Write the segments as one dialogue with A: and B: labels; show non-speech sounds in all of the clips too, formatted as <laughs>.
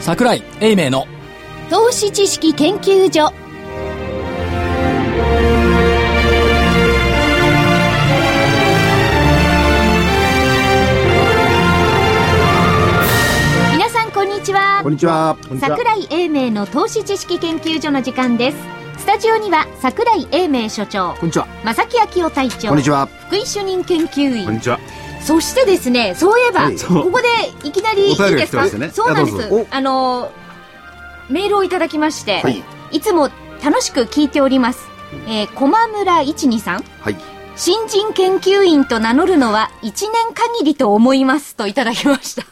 A: 桜井英明の
B: 投資知識研究所皆さんこんにちは
C: こんにちは。
B: 桜井英明の投資知識研究所の時間ですスタジオには桜井英明所長
D: こんにちは。
B: 正木昭夫隊長
C: こんにちは。
B: 福井主任研究員
E: こんにちは。
B: そしてですね、そういえば、
C: はい
B: ここでいきなりいい
E: お便りが
B: です
E: 来てま
B: か
E: すね
B: そうなんで
C: あどう
B: す
C: ぞ。
B: あの、メールをいただきまして、
C: はいい、
B: つも楽しく聞いております。えー、駒村123
C: はい。
B: 新人研究員と名乗るのは1年限りと思いますといただきました。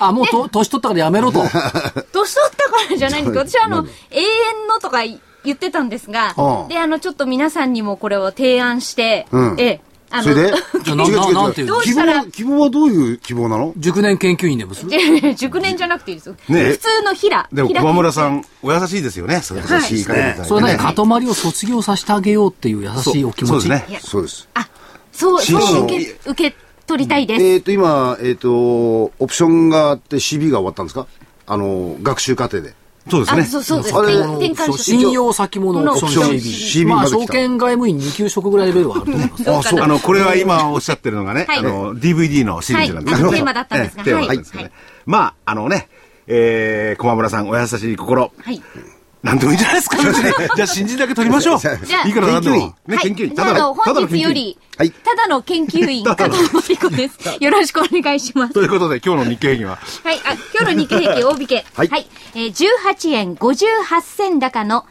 D: あ、もうと、年取ったからやめろ <laughs> と。
B: 年取ったからじゃないんですけど、私はあの、永遠のとか言ってたんですが
C: あ、あ
B: で、あの、ちょっと皆さんにもこれを提案して、
C: うん
B: ええ、あ
C: それで
D: じゃあな
C: 違う違う違う
D: ななんていう
B: どう
C: 希
B: した
C: 望
B: ら
C: は、希望はどういう希望なの
D: 熟年研究員でもする
B: で <laughs> 熟年じゃなくていいですよ。
E: ねえ
B: 普通の平。
E: でも、
B: 平
E: 駒村さん、お優しいですよね。そう
C: 優しい方々にね
D: それは何か、塊を卒業させてあげようっていう優しいお気持ち。
E: そうですね。
C: そうです。
B: あ、そう、
C: 新
B: そう
C: 種
B: 受け、受け取りたいです。
C: えっと、今、えっと、オプションがあって CB が終わったんですかあの、学習課程で。
E: そうです
B: あ、
E: ね。
B: そう、そうです。
C: あれ
B: 転換
D: そう
B: し
D: 信用先物オプション
B: オプ
C: CB
D: CB。まあ、
C: まで来た
D: 証券外務員2級職ぐらいレベルはあると思います。
B: あそう
E: あの、これは今おっしゃってるのがね、
B: はい
E: あの、DVD のシリーズなんです
B: はいあの
E: けど <laughs>
B: テーマだったんですが
E: ええテーマだったんですけど
B: は
E: ね
B: い。
E: まあ、あのね、えー、駒村さん、お優しい心。
B: はい。
E: なんでもいいんじゃな
B: <laughs>
E: いですか。別にじゃあ、新人だけ取りましょう。
C: じ
B: ゃあ
E: いくらなんでも。ね、
B: はい
E: 研究員。
B: じゃああの、本日より、
C: はい
B: ただの研究員、加
E: ただの
B: 藤真理子です。よろしくお願いします。
E: ということで、今日の日経平均は、
B: はい、あ、今日の日経平均、大引け。
C: はい
B: えー、18円58銭高の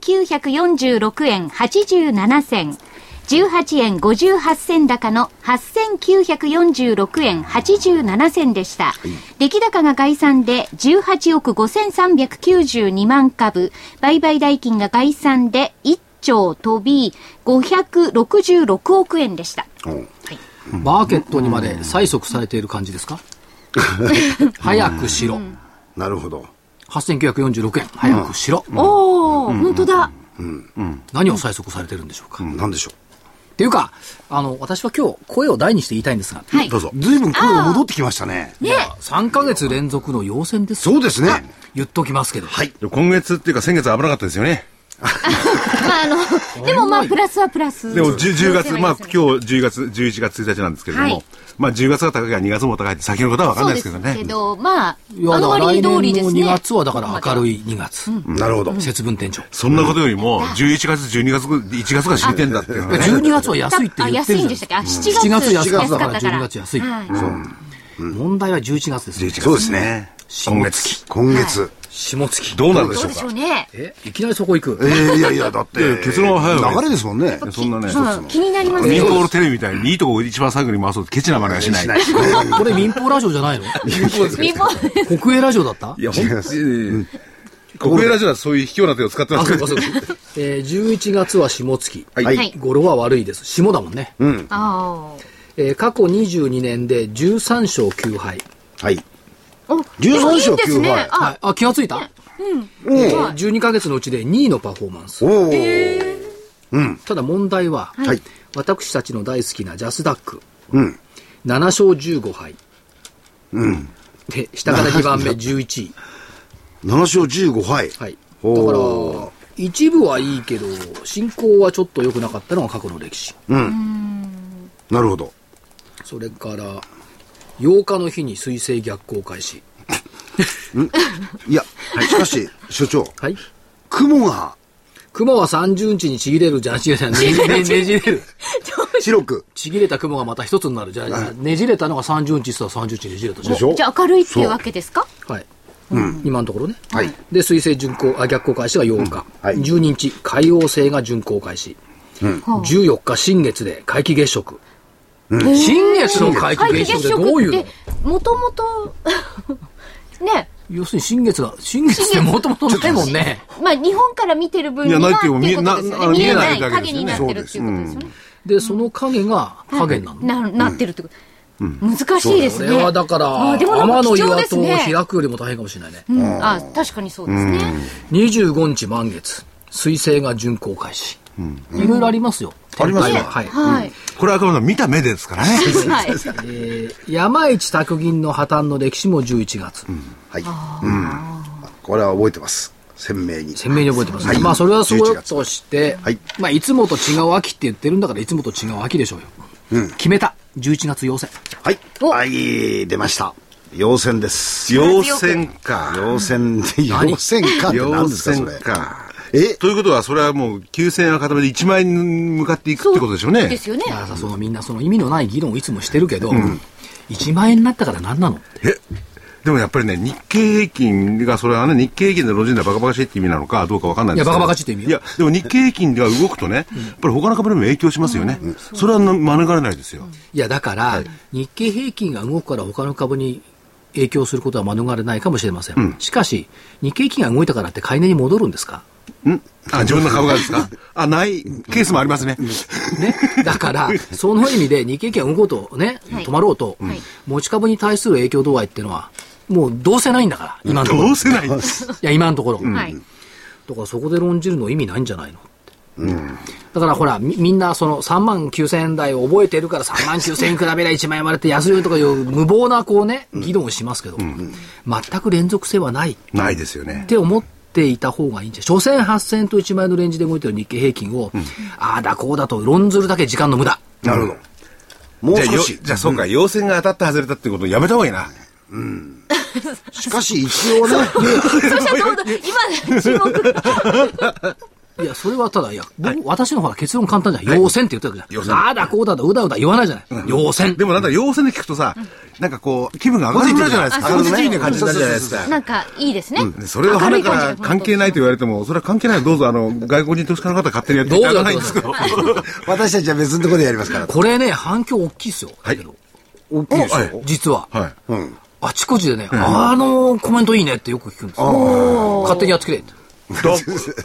B: 8946円87銭。18円58銭高の8946円87銭でした。出来高が概算で18億5392万株、売買代金が概算で1兆飛び566億円でした。
C: うん
D: マーケットにまで催促されている感じです <laughs> か早くしろ。
C: なるほど。
D: 8946円。早くしろ。
B: おー、本当だ。
D: 何を催促されてるんでしょうか。っ
C: なんでしょ
D: ていうか、あの、私は今日、声を大にして言いたいんですが、
B: はい。
E: どうぞ。
C: う。ずいぶん声が戻ってきましたね。
B: ね、
D: 3ヶ月連続の要選ですよ
C: そうですね。
D: 言っときますけど。
E: でも今月っていうか、先月は危なかったですよね。
B: まああの、
E: <laughs>
B: でもまあプラスはプラス。
E: でも 10, 10月、まあ今日
B: 日
E: 10月、11月1日なんですけれども、
B: はい
E: まあ10月が高いか2月も高いって先のことは分かん
B: そ
E: な
B: う
E: い
B: で
E: ですけ
B: す
E: どね。
B: けど、まあ、
D: いや、
B: あ
D: だ
B: の
D: から
B: 割
D: 来年の
B: 通りですね。
D: 2月はだから明るい2月。
C: なるほど。
D: 節分店長。
E: そんなことよりも、11月、12月、1月が知りてんだっていうのはね。
D: 12月は安いって
B: あ、
D: 言っ
B: 安
D: てるじ
B: い
D: ゃな
B: んで
D: い
B: したっけあ、7月。
D: 7月安
C: か
D: か
C: っ
D: ったたか
B: か
D: らら12月安い。
B: はい
D: 問題は11月ですね。
E: 11
C: そうですね。
E: 今月期。
C: 今月。
D: 下月。
E: どうなるでし
B: どう
E: ょう
B: でし
E: か
B: ょう。ね。
D: えいきなりそこ行く
C: え。ーいやいや、だっ
E: い
C: て。
E: や結論は早いわけ
C: 流れ
E: です
C: ですもんね。
E: そんなね、
B: まあ気になります
E: 民
B: ね。
E: 放テレビみたいにいいとこ一番最後に回そうとケチな真似はしない。
C: しない。
D: これ民放ラジオじゃ <laughs> ないの
B: 民放
D: 国営ラジオだった
E: いや、ほんとに。国営ラジオはそういう卑怯な手を使ってま
D: あ、
E: す
D: そ
E: け
D: うか
E: ど
D: そう。か。えー、11月は下月。
C: はい
B: はい。
D: 語呂は悪いです。下だもんね。
B: ああ。
D: えー過去22年で13勝9敗。
C: はい。
B: お、
C: 13勝
B: でもいいですね
C: 9敗
B: あ、
D: はい。あ、気がついたえー12ヶ月のうちで2位のパフォーマンス。
C: おお。
D: ただ問題は、
C: はい
D: 私たちの大好きなジャスダック、
C: うん。
D: 7勝15敗。で、下から2番目11位。
C: 7勝15敗。
D: はい。
C: お
D: だから
C: お。、
D: 一部はいいけど、進行はちょっと良くなかったのが過去の歴史。
C: なるほど。
D: それから、8日の日に彗星逆行開始。
C: いや、しかし、 <laughs> 所長、
D: はい。
C: 雲が
D: 雲は30日にちぎれるじゃん、ちぎれた、ねじねねじれる。
C: 白く。
D: ちぎれた雲がまた一つになる。じゃあ、ねじれたのが30日さ、30日ねじれたじゃん
C: でしょ
B: じゃあ明るいっていうわけですか
D: はい。今のところね。
C: はい。
D: で、水星巡航、あ、逆行開始が8日。
C: はい
D: 12日、海王星が巡航開始。
B: ほう
D: 14日、新月で皆既月食。新月の皆既
B: 皆
D: 月食って
B: 既月
D: どう
B: 食
D: い
B: っ
D: うの
B: て、もともと、 <laughs> ね、
D: 要するに新月が、新月ってもともとないもんね。
B: まあ日本から見てる分
E: い
B: に
E: や
B: は
E: ない
B: っ
E: ってて
B: い
E: いうう
B: こ
E: か
B: とですよね。
E: みな
B: 見えな
E: あの
B: い
E: 見えない
B: 影
E: 影
B: に
E: に
B: な
E: な
B: っ
E: ってて
B: るっ
C: るってて
B: い
C: いうう
B: こ
C: こと
B: でよ
C: とですす
B: ね。
D: で、その影が影なの。
B: ななってるってこと。難しいです
D: こ
B: ね。
D: れはだから、
B: あでもなん
D: 天
B: か
D: の
B: 貴重
D: 岩
B: です
D: 戸を
B: ね
D: 開くよりも大変かもしれないね。
B: うん、あ確かにそうですね。
D: 25日満月、水星が巡航開始。いろいろありますよ。転
C: あります
D: 売
C: ね
D: は。はい。
F: はい。
E: これはあくまでも見た目ですからね。
F: はい。
D: えー山一卓銀の破綻の歴史も11月。
C: はい。うん。これは覚えてます。鮮明に。
D: 鮮明に覚えてます、
C: はい
D: まあそれはそう
C: 11月
D: として、
C: はい
D: まあいつもと違う秋って言ってるんだからいつもと違う秋でしょうよ。決めた。11月要請。
C: はい。
F: お
C: はい、出ました。陽線です。
E: 陽線か。
C: 陽線で、陽線かって何
E: 陽
C: ですか、そ
E: 線
C: れ。
E: か。
C: え <laughs>
E: ということは、それはもう、9000円の固めで1万円に向かっていくってことでしょうね。
F: ですよね。
D: だからさ、そのみんなその意味のない議論をいつもしてるけど、1万円になったから何なのって。
E: えでもやっぱりね、日経平均が、それはね、日経平均で論じるのはバカバカしいって意味なのかどうかわかんないんですけど
D: いやバカバカしいって意味よ
E: いや、でも日経平均が動くとね、やっぱり他の株にも影響しますよね。それはな免れないですよ。
D: いやだから、日経平均が動くから他の株に影響することは免れないかもしれません。しかし、日経平均が動いたからって買い値に戻るんですか
E: んあ、自分の株がですかあ、ないケースもありますね。
D: ね、だ
E: <laughs>
D: から、その意味で日経平均が動こうと、ね、
F: はい
D: 止まろうと、
F: はい
D: 持ち株に対する影響度合いっていうのは、もうどうせないんだから、今のところ。
E: どうせないんです。
D: いや、今のところ。
F: はい。
D: だからそこで論じるの意味ないんじゃないのって。だからほらみ、みんなその3万9000円台を覚えてるから3万9000円に比べりゃ1万円割れて安いよとかいう無謀なこうね、議論をしますけど、全く連続性はない。
E: ないですよね
D: っ。て思っていた方がいいんじゃ所詮8000と1万円のレンジで動いてる日経平均を、ああだこうだと論ずるだけ時間の無駄
C: なるほど。もう
E: じゃあ、
C: 少
E: よ
C: し。
E: じゃあそうか、陽線が当たって外れたってことをやめた方がいいな。
C: しかし一応ね、
F: そうしたところ、今、注目。
D: いやそれはただいや僕、私のほら結論簡単じゃん要線って言ってたわけじゃ
E: 要
D: ん、
E: 線
D: ああだこうだとうだうだ言わないじゃない、要線
E: でもなんだ、陽線で聞くとさ、なんかこう、気分が上がってくるじゃない <laughs> ですか。
F: ポジ
E: ポ
F: ティ
E: ジ
F: ブ
E: ティブな感じになるじゃないですか。
F: なんか、いいですね。
E: でそれを花か
F: 明
E: ら
F: るい感じで
E: 関係ないと言われても、それは関係ない。どうぞ、あの、外国人投資家の方勝手にやっていただかないんですけど。
C: 私たちは別のところでやりますから。
D: これね反響大きいですよ、
E: はい
D: だけど
C: 大きいでし
E: はい
C: ょ。
D: 実は、
E: はい。
C: うん。
D: あちこちでね、あのコメントいいねってよく聞くんですよ勝手にやってくれって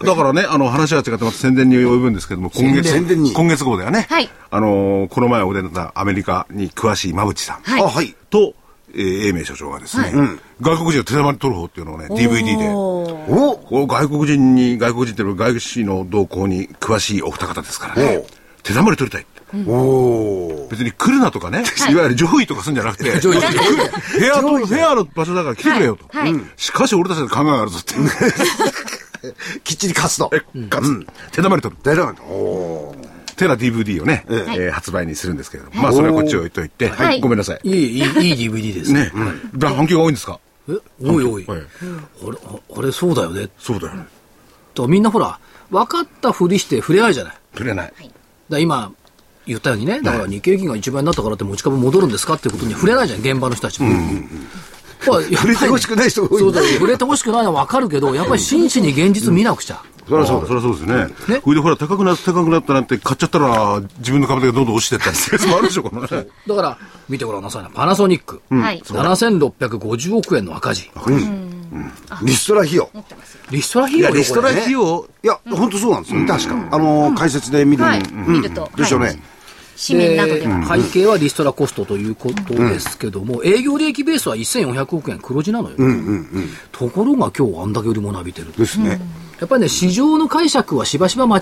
E: だだからね、あの、話は違ってまた宣伝に及ぶんですけども、今月、
C: 宣伝に
E: 今月号ではね、
F: はい
E: あのーこの前お出になったアメリカに詳しい馬淵さん
C: あ、はい。
E: と、えー英明所長がですね、
F: はい
E: 外国人を手玉に取る方っていうのをね、DVD で、
F: おー
C: お
E: これ外国人に、外国人っていうのは外資の動向に詳しいお二方ですからね
C: おう、
E: 手玉に取りたいって。
C: おー <laughs>
E: 別に来るなとかね、い、わゆる上位とかするんじゃなくて、
D: 上位
E: 部屋と、部屋の場所だから来てくれよと。
F: はいはい
E: うんしかし俺たちの考えがあるぞって。
C: きっちり勝つと。
E: ガツン手玉に取る。
C: 大丈夫おー
E: テラ DVD をね、え
F: はい
E: ー発売にするんですけれども、まあそれはこっちを置いといて、
F: はい
E: ごめんなさい。
D: いいいいいい DVD です
E: ね、だから反響が多いんですか
D: えおいおい、
E: は
D: あ
E: い
D: れああれそうだよね
E: そうだよね。
D: とみんなほら分かったふりして触れ合いじゃない
E: 取れない。
D: だ今言ったようにねだから日経平均が一番になったからって持ち株戻るんですかっていうことには触れないじゃん現場の人たちも、まあやっぱりね
C: 触れてほしくない人が多い
D: そ
C: ん
D: うだよ触れてほしくないのは分かるけどやっぱり真摯に現実見なくちゃ、
E: そりゃそうそりゃそうですよね。
D: ね
E: これでほら、高くなった高くなったなんて買っちゃったら、自分の株がどんどん落ちてったりするやつもあるでしょ、このね。
D: だから見てごらんなさいなパナソニック、
F: はい。
D: 7650億円の赤字
C: リストラ費用。
D: リストラ費用よ
E: いやリスト
D: こ
E: ラ
D: れ
E: 費用
C: いや、本当そうなんですよね。確か。あのー、解説で見る。
F: はい。
C: うん
F: 見ると。
C: でしょう
F: はい
C: ね。
F: 紙面などでは。
D: 背景はリストラコストということですけども、営業利益ベースは1400億円黒字なのよ、ところが今日あんだけ売り物浴びてる
C: ですね。
D: やっぱりね市場の解釈はしばしば間違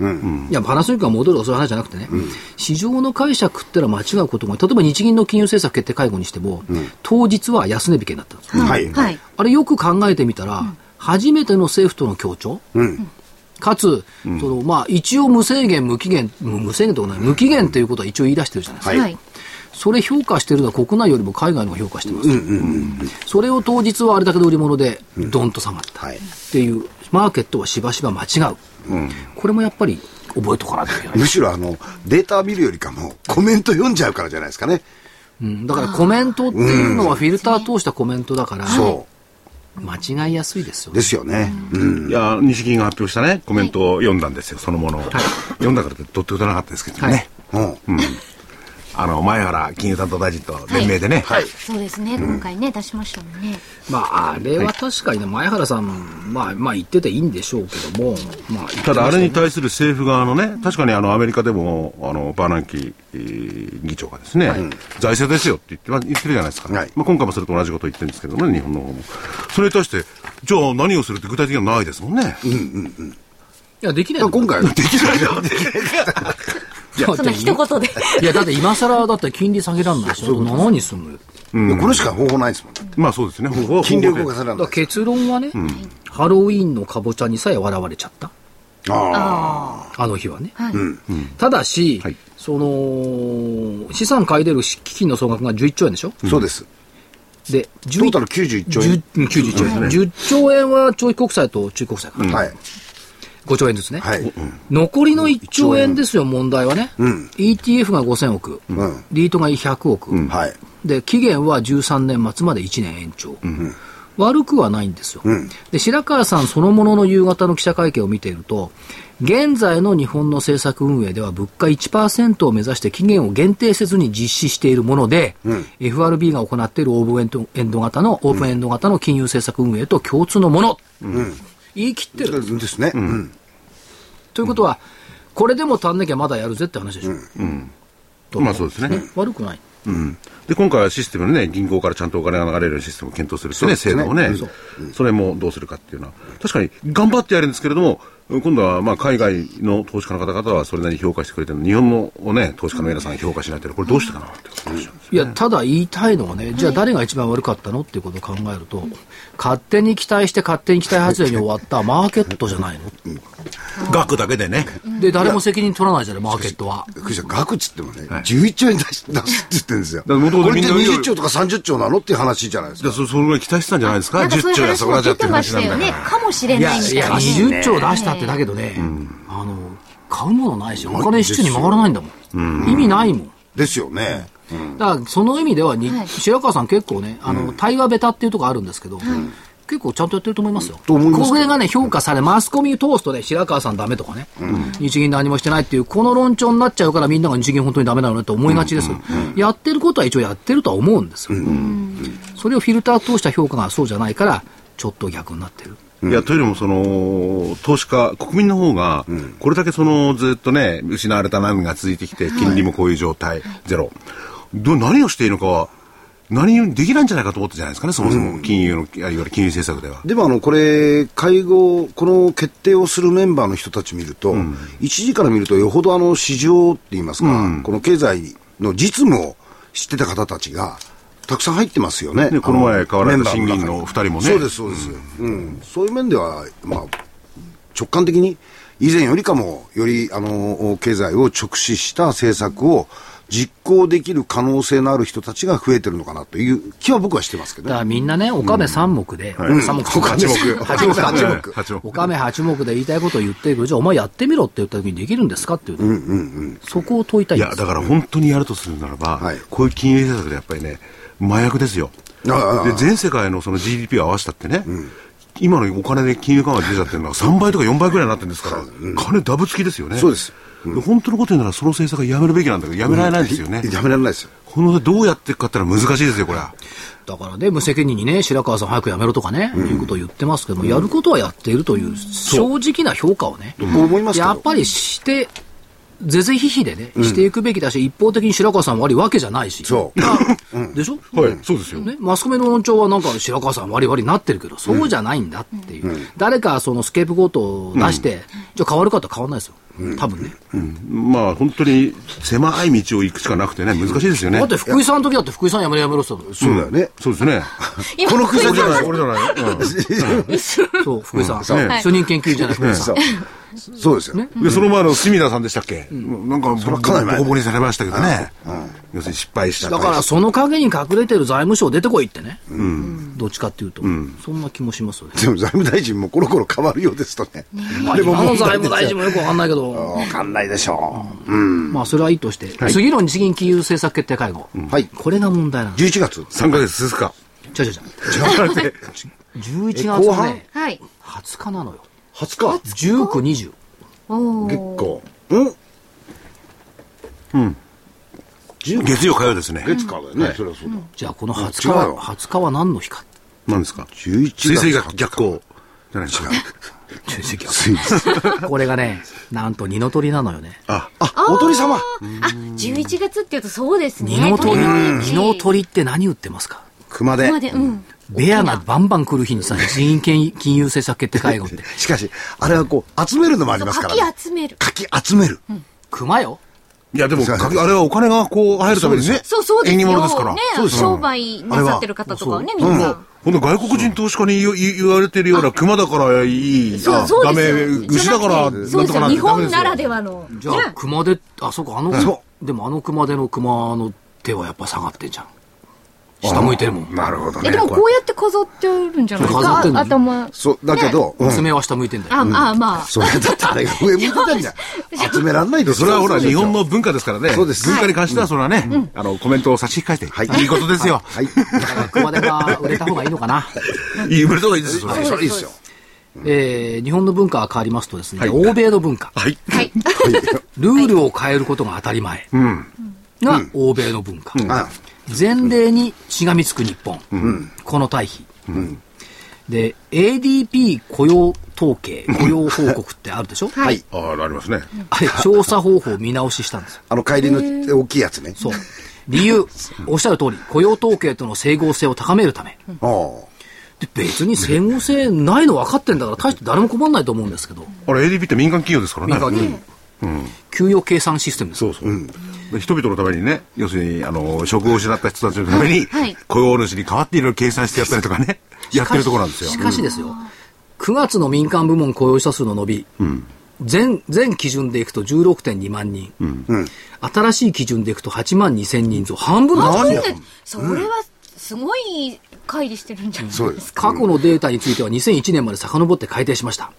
D: う、いやパナソニックが戻るとかそういう話じゃなくてね、市場の解釈ってのは間違うことが例えば日銀の金融政策決定会合にしても、当日は安値引けになったんです
C: はい。
F: はい。
D: あれよく考えてみたら、初めての政府との協調、かつ、そのまあ、一応無制限、無期限、無無制限とかない、無期限ということは一応言い出してるじゃないですか。
C: はい
F: はい。
D: それ評価してるのは国内よりも海外の方が評価してます。それを当日はあれだけの売り物で、ドンと下がったっ
C: はい。
D: ていう、マーケットはしばしば間違う。これもやっぱり覚えとかなきゃいけない。
C: むしろあの、データ見るよりかも、コメント読んじゃうからじゃないですかね。
D: うんだからコメントっていうのはフィルター通したコメントだから、
C: そ
D: 間違いやすいですよ
C: う。ですよね。うん。
E: いや、西銀が発表したね、コメントを読んだんですよ、そのものを。読んだからって、どってことなかったですけどね。
D: はい
C: うん。
E: あの、前原金融担当大臣と連名でね。
F: はい。そうですね。今回ね、出しましたもんね。
D: まあ、あれは確かにね、前原さん、まあ、まあ言ってていいんでしょうけども、まあ、
E: ただ、あれに対する政府側のね、確かにあの、アメリカでも、あの、バーナンキえー議長がですね、財政ですよって言って、まあ、言ってるじゃないですか。
C: はい
E: まあ、今回もそれと同じことを言ってるんですけどもね、日本の方も。それに対して、じゃあ何をするって具体的にはないですもんね。
D: いや、できない
C: だから
D: よ
C: 今回は、
E: できないなって。
D: だって
B: そんな一言で。
D: いや、だって今更だって金利下げらんないし、何すんのよ。
C: いやこれしか方法ないですもん。
E: まあそうですね。方法は
C: 金利を動
E: 方
C: か
E: 法
C: され
D: だ
C: る
D: から結論はね、ハロウィンのかぼちゃにさえ笑われちゃった。
C: ああ。
D: あの日はね。
B: はい
D: ただし、
E: はい
D: その、資産買い出る基金の総額が11兆円でしょ
C: そうです。
D: で、
C: トータ
D: 11
C: ル91兆
D: 10
C: 円。
D: うん91兆円。10兆円は長期国債と中国債かな。
C: はい。
D: 5兆円ずつね。
C: はい。
D: 残りの1兆円ですよ、問題はね。ETF が5000億、
C: ん
D: リートが100億、
C: はい。
D: で、期限は13年末まで1年延長。悪くはないんですよ、で。白川さんそのものの夕方の記者会見を見ていると、現在の日本の政策運営では物価1%を目指して期限を限定せずに実施しているもので、FRB が行っているオープンエンドエンド型の、オープンエンド型の金融政策運営と共通のもの。言い切ってる。
C: ですね。うん。
D: ということは、これでも足んなきゃまだやるぜって話でしょ。と
E: まあそうですね
D: 悪くない。
E: で、今回はシステムね、銀行からちゃんとお金が流れるようなシステムを検討するってね、
C: そうです
E: 制
C: ね
E: 度をね、
C: そう
E: それもどうするかっていうのは、確かに頑張ってやるんですけれども、今度はまあ海外の投資家の方々はそれなりに評価してくれてるの日本のね、投資家の皆さんが評価しないというのはこれどうしてかなってことでしょう。
D: いや、ただ言いたいのはね、じゃあ誰が一番悪かったのっていうことを考えると、勝手に期待して勝手に期待外れに終わったマーケットじゃないの。
E: 額だけでね。
D: で、誰も責任取らないじゃない、マーケットは。
C: 福井さん、額っつってもね、11兆円出し、出すって言ってるんですよ。
E: ら元々
C: これって
E: みんな
C: 20兆とか30兆なのっていう話じゃないです
E: じゃ
C: か
E: あ。そ、それぐらい期待してたんじゃないですか
B: なんかそうい
E: ?10
B: う
E: 兆や
B: 話
E: そこ
B: も
E: らじゃ
B: 出
E: って
B: て
E: いう
B: まし
E: 話な
B: た
E: んだ
B: よ
E: から
B: ね。かもしれ
D: い
B: な
D: や、
B: いみ
D: い
B: た
D: や、
B: いな。
D: 20兆出したってだけどね、あの、買うものないし、お金市中に回らないんだもん。意味ないもん。
C: ですよね。
D: だからその意味ではに、
B: はい
D: 白川さん結構ねあの、対話ベタっていうところあるんですけど、結構ちゃんとやってると思いますよ。
C: と思いますけ
D: こ
C: ど
D: れがね評価されマスコミ通すとね白川さんダメとかね、日銀何もしてないっていうこの論調になっちゃうからみんなが日銀本当にダメなのねと思いがちです、やってることは一応やってるとは思うんですよ、それをフィルター通した評価がそうじゃないからちょっと逆になってる。
E: いやというよりもその投資家、国民の方が、これだけそのずっとね、失われた波が続いてきて、金利もこういう状態、ゼロど、何をしていいのかは、何もできないんじゃないかと思ったじゃないですかね、そもそも金融の、いわゆる金融政策では。
C: でもあの、これ、会合、この決定をするメンバーの人たち見ると、一時から見ると、よほどあの市場って言いますか、この経済の実務を知ってた方たちが、たくさん入ってますよね。
E: ねこの前
C: あ
E: 買われた
C: メンバー中に
E: 審議員の二人もね
C: そうです、そうです、うんそういう面では、まあ、直感的に、以前よりかも、より、あの、経済を直視した政策を、実行できる可能性のある人たちが増えてるのかなという気は僕はしてますけど
D: だか
C: ね。
D: らみんなね、おかめ三目で、
E: い
D: 三目
C: おか
D: 八
C: め
D: 目八目か
C: 八目
E: はい八目
D: おかめ八目で言いたいことを言っていく、じゃあお前やってみろって言った時にできるんですかっていうね、そこを問いたい
E: い
D: んで
E: や、
D: す
E: だから本当にやるとするならば、
C: はい
E: こういう金融政策でやっぱりね、麻薬ですよ。で
C: あああ、
E: 全世界のその GDP を合わせたってね、今のお金で金融緩和で出ちゃってるのは3倍とか4倍ぐらいになってるんですから、金ダブつきですよね。
C: そうです
E: で本当のこと言うならその政策はやめるべきなんだけど、やめられないですよね。
C: やめられないですよ。
E: このどうやっていくかってのは難しいですよ、これは。
D: だからね、無責任にね、白川さん早くやめろとかね、いうことを言ってますけども、やることはやっているという、正直な評価をね、
C: 僕思いますけど
D: やっぱりして、是々非々でね、していくべきだし、一方的に白川さん悪いわけじゃないし。
C: そう
D: まあでしょ
E: はい、そうですよ。
D: ね、マスコミの論調はなんか白川さん、わりわりなってるけど、そうじゃないんだっていう、誰かそのスケープゴートを出して、じゃあ変わるかと変わらないですよ、多分ね。
E: まあ、本当に狭い道を行くしかなくてね、難しいですよね。
D: だって福井さんの時だって、福井さんやめろやめろって言ったの
C: そうだよね。
E: そうですね。
B: 今
C: この
E: 俺
C: 草
E: じ
C: じ
E: ゃ
C: ゃ
E: な、
C: ないい。
E: 俺じゃない。うん
D: そう、福井さん、
E: そうね
D: 主任研究員じゃない福井さ
C: そ
D: ん
C: う。そうですよ。
E: で、その前の隅田さんでしたっけ、なんか、
C: れはかなり
E: ボ
C: 前
E: コボコにされましたけどね。要するに失敗した。
D: だから、その陰に隠れてる財務省出てこいってね、どっちかっていうと、そんな気もしますよね。
C: でも財務大臣もコロコロ変わるようですとね。
D: あ
C: で
D: 今
C: も
D: の
C: 問
D: 財
C: 題
D: 務
C: ですよ
D: 大臣もよくわかんないけど、
C: わかんないでしょう。
D: まあそれはいいとして、次の日銀金融政策決定会合、
C: はい。
D: これが問題なの。
C: 11月。
E: 3ヶ月続くか。
D: ちゃちゃちゃ。11月
C: 後
D: の
C: 半
D: ね、
B: はい。
D: 20日なのよ。
C: 20日。
D: 19、20。
B: お
C: 結
B: ー
C: 構。うん
E: 月曜火曜ですね。
C: 月からだよね。それはそうだ。
D: じゃあこの20日
C: 違う
D: は、
C: よ
D: 20日は何の日か。
E: 何ですか
C: 11月。
E: 水星が逆行。じゃない違う。
C: <laughs>
D: これがね、なんと二の鳥なのよね。
E: あ、
C: あ、おとり様。
B: あ、11月っていうとそうですね。
D: <laughs> 二の鳥、
B: うん
D: 二の。鳥って何売ってますか
C: 熊で
B: ま。で、うん。
D: ベアがバンバン来る日にさ、日銀金融政策決定会 <laughs> 合って。
C: <laughs> しかし、あれはこう、集めるのもあります
B: か
C: から
B: き
C: ね。
B: 集める。
C: かき集める。
D: 熊よ。
E: いや、でも、かけあれはお金がこう入るためにね。
B: そうそうですよ。
E: 縁起物ですから。
B: ね
E: そうですよ
B: 商売なさってる方とかはね、
E: あれは
B: 皆さ
E: うん
B: ん。
E: ほんで外国人投資家に言う言う言われてるような熊だからいい、
B: そ
E: あ
B: う、そう
E: ダ
B: です
E: メ
B: よ。、
E: 牛だから、なん
B: そうで
E: と
B: す
E: かな
B: よ。
E: んて
B: 日
E: ダ
B: 本
E: メですよ
B: ならではの。
D: じゃあ、熊手、あ、そうか、あの
C: そ、
D: でもあの熊手の熊の手はやっぱ下がってんじゃん。下向いてるもん。
C: なるほど
B: え、
C: ね。
B: でも
C: これ
B: こうやって飾ってあるんじゃないです
D: 飾ってんの
B: か。頭。
C: そう、だけど、うん
D: 爪は下向いてんだよ。
B: あ、あ、まあ。
C: それだったら上向いてたんじゃん。集めらんないと、
E: それはほら、日本の文化ですからね。
C: そうです
E: 文化に関しては、それはね、あの、コメントを差し控えて、い、いことですよ。
C: はい。
D: だから熊手が売れた方がいいのか <laughs> な。
E: いい、売れた方がいいですよ、それは
C: あそれいいですよ。
D: えー日本の文化が変わりますとですね、
E: はい
D: 欧米の文化。
E: はい。
B: はい。
D: ルールを変えることが当たり前
E: うん。
D: が欧米の文化。
C: あ
D: 前例にしがみつく日本。この対比。で、ADP 雇用統計、雇用報告ってあるで
E: <laughs>
D: しょ
B: はい。
E: ああ、ありますね。
D: あれ、調査方法を見直ししたんですよ。
C: あの、帰りの大きいやつね。
D: そう。理由、おっしゃる通り、雇用統計との整合性を高めるため。
C: ああ。
D: で別に整合性ないの分かってんだから、大して誰も困んないと思うんですけど、
E: あれ、ADP って民間企業ですからね。
D: 民間企業給与計算システムです。
E: そうそう。で人々のためにね、要するに、あの、職を失った人たちのために
B: はい、
E: 雇用主に代わっていろいろ計算してやったりとかね、やってるところなんですよ。
D: しかしですよ、9月の民間部門雇用者数の伸び、全、全基準でいくと16.2万人、新しい基準でいくと8万2千人増、半分なんですよ。
B: それは、すごい乖離してるんじゃないです
C: そ
B: か
C: う。です。
D: 過去のデータについては2001年まで遡って改定しました。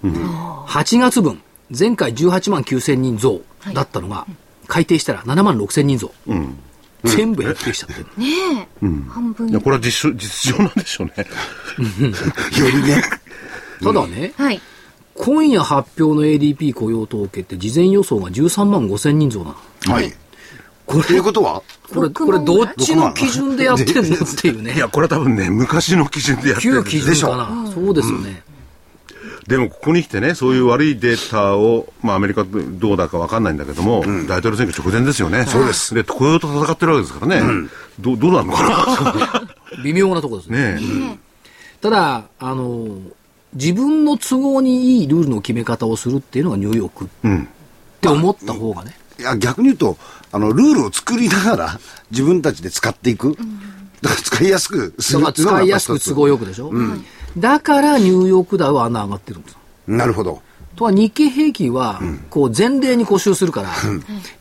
D: 8月分、前回18万9千人増だったのが、改定したら7万6千人増。全部減ってきちゃってる。
B: ねえ。半分
E: いや。これは実証実情なんでしょうね。
C: より
E: <laughs>
C: ね。
D: ただね、
B: はい。
D: 今夜発表の ADP 雇用統計って事前予想が13万5千人増なの。
C: はい。
D: こ
C: とい
D: れ
C: う、ことは
D: これ、
B: 6
D: これどっちの基準でやってんのっていう
E: <laughs> い
D: ね。
E: や、これは多分ね、昔の基準でやって
D: 旧
E: るん
D: 基
E: で
D: 準
E: しょ
D: か
E: う。
D: な。そうですよね。
E: でも、ここに来てね、そういう悪いデータを、まあ、アメリカどうだかわかんないんだけども、大統領選挙直前ですよね。そうです。で、雇用と戦ってるわけですからね。どうどうなるのか
D: 微妙なところですね。
E: なね
D: ただ、あの、自分の都合にいいルールの決め方をするっていうのがニューヨークっ
E: え。うん。
D: て思った方がね。
C: いや、逆に言うと、あの、ルールを作りながら、自分たちで使っていく。だから使いやすくす
D: だ
C: る
D: から
C: ってうのが
D: 使いやすく都合よくでしょ。だからニューヨークダウは穴上がってるんです。
C: なるほど。
D: とは日経平均は、こう前例に固執するから、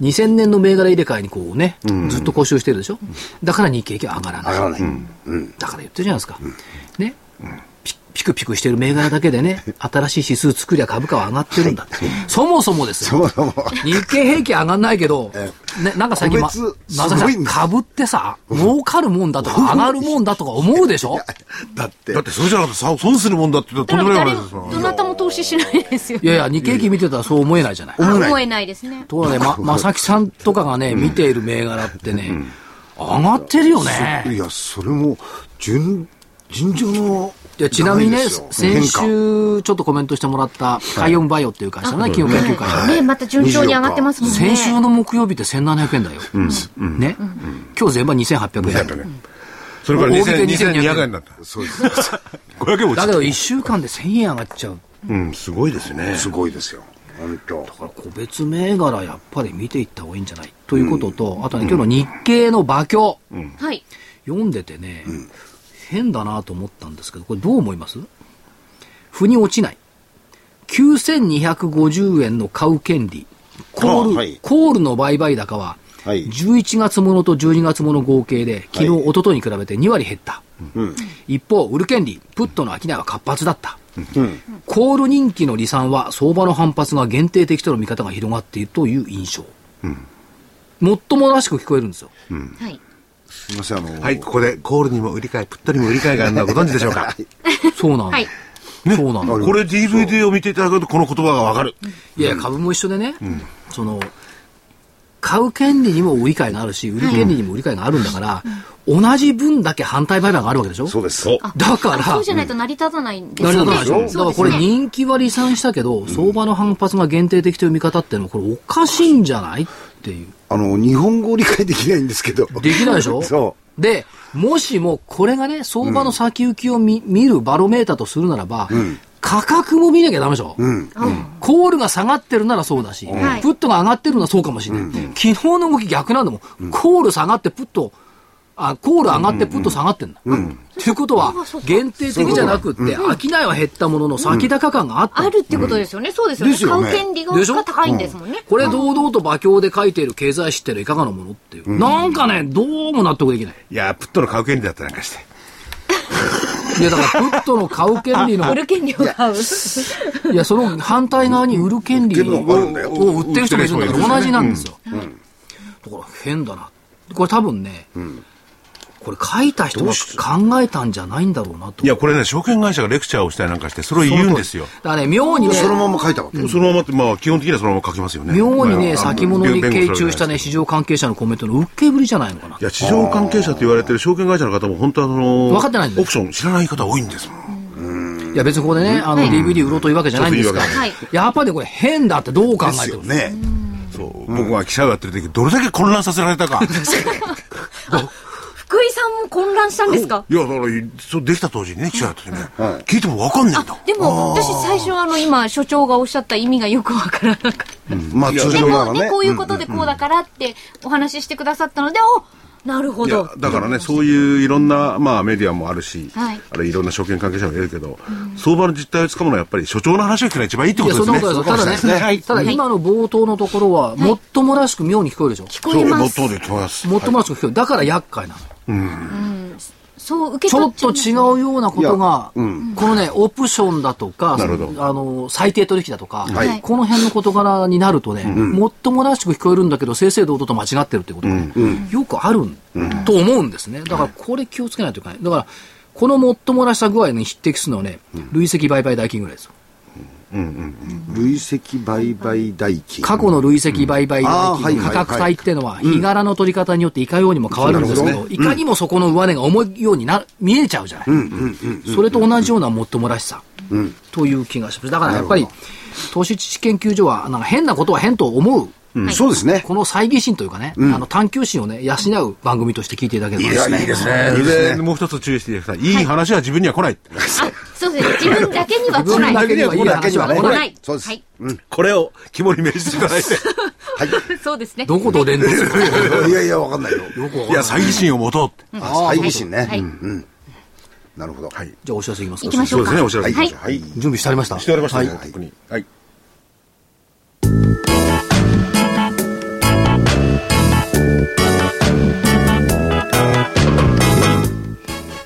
D: 2000年の銘柄入れ替えにこうね、ずっと固執してるでしょ。だから日経平均は上がらない
C: 上。がらない。
D: だから言ってるじゃないですか。ね。ピピクピクしてる銘柄だけでね、新しい指数作りゃ株価は上がってるんだ。そもそもです
C: そ
D: よ。
C: もそも。
D: 日経平均上がんないけど、ね
C: え、
D: なんか最近、ま
C: 個別
D: なんか
C: す
D: さ
C: ごいんです
D: 株ってさ、儲かるもんだとか、上がるもんだとか思うでしょ
C: だって
E: だっ、て、それじゃなくて、さ損するもんだって言った
B: だ
E: ら
B: から
E: とんで
B: 誰
E: もない話ですも
B: も、
E: ん
B: どなたも投資しないですよ
D: い。やいや、日経平均見てたらそう思えないじゃない。
C: 思わない
B: 思えないですね。
D: ところで、ま、まさきさんとかがね、見ている銘柄ってね、上がってるよね。
C: いや、それも、順、順調の。
D: いやちなみにね、
C: 長いですよ
D: 先週ちょっとコメントしてもらった、海運バイオっていう会社のね、企業研究会社。
B: ねまた順調に上がってますもんね。
D: 先週の木曜日って1700円だよ。ね。今日全場2800円。
E: それから
D: 大引け2200
E: 2000 2200円だった。
C: そうです。
E: 500円落
D: だけ
E: ちた
D: ど1週間で1000円上がっちゃう。
E: うん、すごいですね。
C: すごいですよ。本当。
D: これ個別銘柄やっぱり見ていった方がいいんじゃないということと、あとね、今日の日経の馬鏡、
B: はい。
D: 読んでてね、変だなと思ったんですけど、これどう思います腑に落ちない。9250円の買う権利。コール、
C: あはい
D: コールの売買高は、
C: はい
D: 11月ものと12月もの合計で、昨日、一昨日に比べて2割減った。一方、売る権利、プットの商いは活発だった。コール人気の離散は、相場の反発が限定的との見方が広がっているという印象。もっともらしく聞こえるんですよ。
B: はい。
C: すみません、あの、
E: はい、ここで、コールにも売り買い、プットにも売り買いがあるのはご存知でしょうか。
D: そうなんだ。
B: はい
D: そうなんだ。
E: これ DVD を見ていただくと、この言葉がわかる。
D: いや、株も一緒でね、その、買う権利にも売り買いがあるし、売る権利にも売り買いがあるんだから、同じ分だけ反対売買があるわけでしょ
C: そうです。
D: だから、
B: そうじゃないと成り立たないんで
D: 成
B: す
D: り
B: よ
D: 立
B: ね。
D: たないでし
B: そう
D: ょ
B: で
D: だから
B: す
D: これ
B: ね。
D: 人気は離散したけど、相場の反発が限定的という見方っていうのは、これおかしいんじゃないっていう。
C: あの、日本語を理解できないんですけど。
D: できないで <laughs> しょ
C: そう。
D: で、もしもこれがね、相場の先行きを見,、見るバロメーターとするならば、価格も見なきゃダメでしょ。
C: うん。
D: コールが下がってるならそうだし、
B: はい
D: プットが上がってるのはそうかもしれない。昨日の動き逆なんだもん。コール下がってプット、あ、コール上がってプット下がってんだ。っていうことは、限定的じゃなくって、商いは減ったものの先高感があった。
B: あるってことですよね。そうですよね。
C: ですよね
B: 買う権利が
D: でしょ
B: 高いんですもんね。
D: これ堂々と馬鏡で書いている経済誌ってのはいかがなものっていう。なんかね、どうも納得できない。
E: いやー、プットの買う権利だったりなんかして。
D: いや、だからプットの買う権利の、
B: 売る権利を買う。
D: いや、その反対側に売る権利を
C: 売る権利があるんだよ
D: を売ってる人がいるんだか
E: 売ってる人がいるんですよ
D: ら
E: ね
D: 同じなんですよ。だから変だな。これ多分ね、これ書いた人が考えたんじゃないんだろうなと。
E: いや、これね、証券会社がレクチャーをしたりなんかして、それを言うんですよ。
D: だからね、妙にね、
C: そのまま書いたわけ。
E: そのままって、まあ、基本的にはそのまま書きますよね。
D: 妙に
E: ま
D: ね、
E: あ
D: 先物に傾注した。
E: あの弁護弁護するわけじゃないで
D: ね、
E: す。
D: 市場関係者のコメントの受けぶりじゃないのかない
E: や、市場関係者と言われてる証券会社の方も、本当はその、
D: 分かってないんだよ
E: オプション知らない方多いんですもん。
D: いや、別にここでね、あの、DVD 売ろうというわけじゃないんですが
E: そういう
B: わけじ、
D: やっぱりねこれ変だってどう考
C: で
D: え
C: す
D: て
C: よ
D: も。
C: ね。
E: そう、僕が記者をやってる時、どれだけ混乱させられ
D: <laughs>
E: たか。
B: 福井さんも混乱したんですか
E: いや、だから、そう、できた当時にね、記者やっててね、
C: はい
E: 聞いてもわかんないんだ。
B: でも、私最初あの、今、所長がおっしゃった意味がよくわからなかった。
C: まあ通
B: で
C: 常なら
B: もね、
C: ね
B: こ。ういうことでこうだからってお話ししてくださったので、おなるほ
E: いや
B: ど。
E: だからね、そういういろんな、まあ、メディアもあるし、
B: はい
E: あれいろんな証券関係者もいるけど、相場の実態をつかむのはやっぱり所長の話を聞くのが一番いいって
D: い
E: こ
D: や、そ
E: と
D: ん
E: で
D: な
E: すね。
D: こと
E: そう
D: はないです。ただね、ただ今の冒頭のところは、もっともらしく妙に聞こえるでしょ。
B: 聞こえま
E: もっ
B: す
E: と。もで聞こえます。
D: もっともらしく聞こえる。だから厄介なの。
B: そう、受け
D: ちょ
B: 取っ
D: っ
B: ちゃ
D: と
B: う。
D: 違うようなことが、このね、オプションだとか、
E: なるほど
D: あの、最低取引だとか、
B: はい
D: この辺の事柄になるとね、もっともらしく聞こえるんだけど、正々堂々と間違ってるってことがね、よくあるんと思うんですね。だからこれ気をつけないといけない。だから、このもっともらした具合に匹敵するのはね、累積売買代金ぐらいですよ。
C: 累積売買代金。
D: 過去の累積売買代
C: あーは
D: 金
C: い
D: の
C: はい
D: 価
C: はい
D: 格帯っていうのは、日柄の取り方によっていかようにも変わるんですけ
C: な
D: ど、
C: る
D: いかにもそこの上値が重いようになる、見えちゃうじゃない。それと同じようなもっともらしさ。という気がします。だからやっぱり、投資知識研究所は、なんか変なことは変と思う。
C: うんそうですね。
D: この猜疑心というかね、あの探求心をね、養う番組として聞いていただければ
C: いやいいですね
E: そ
C: いいですね
E: れでもう一つ注意してください。いい話は自分には来ない。
B: あ、そうですね。自分だけには来
D: 自分
B: な
D: だ
B: い。
D: けには
C: これだけにはね
D: いい話は来
B: ない
C: そうです。
B: はい
E: これを肝に銘じてくださいて。
B: そうですね。
D: どこと連動するか。
C: いやいや、わかんないよ。
E: いや、猜疑心を持とうって。
C: あ、猜疑心ね。
B: はい
C: うんうんなるほど。はい。
D: じゃあお知らせいきます
B: 行
D: か
B: き。ましょうか。
E: そうですねお知らせ行きましょう
B: は
E: は
C: <laughs>
E: いい。
D: 準備してありました
E: しておりましたね、
C: はい
E: 特に。はい。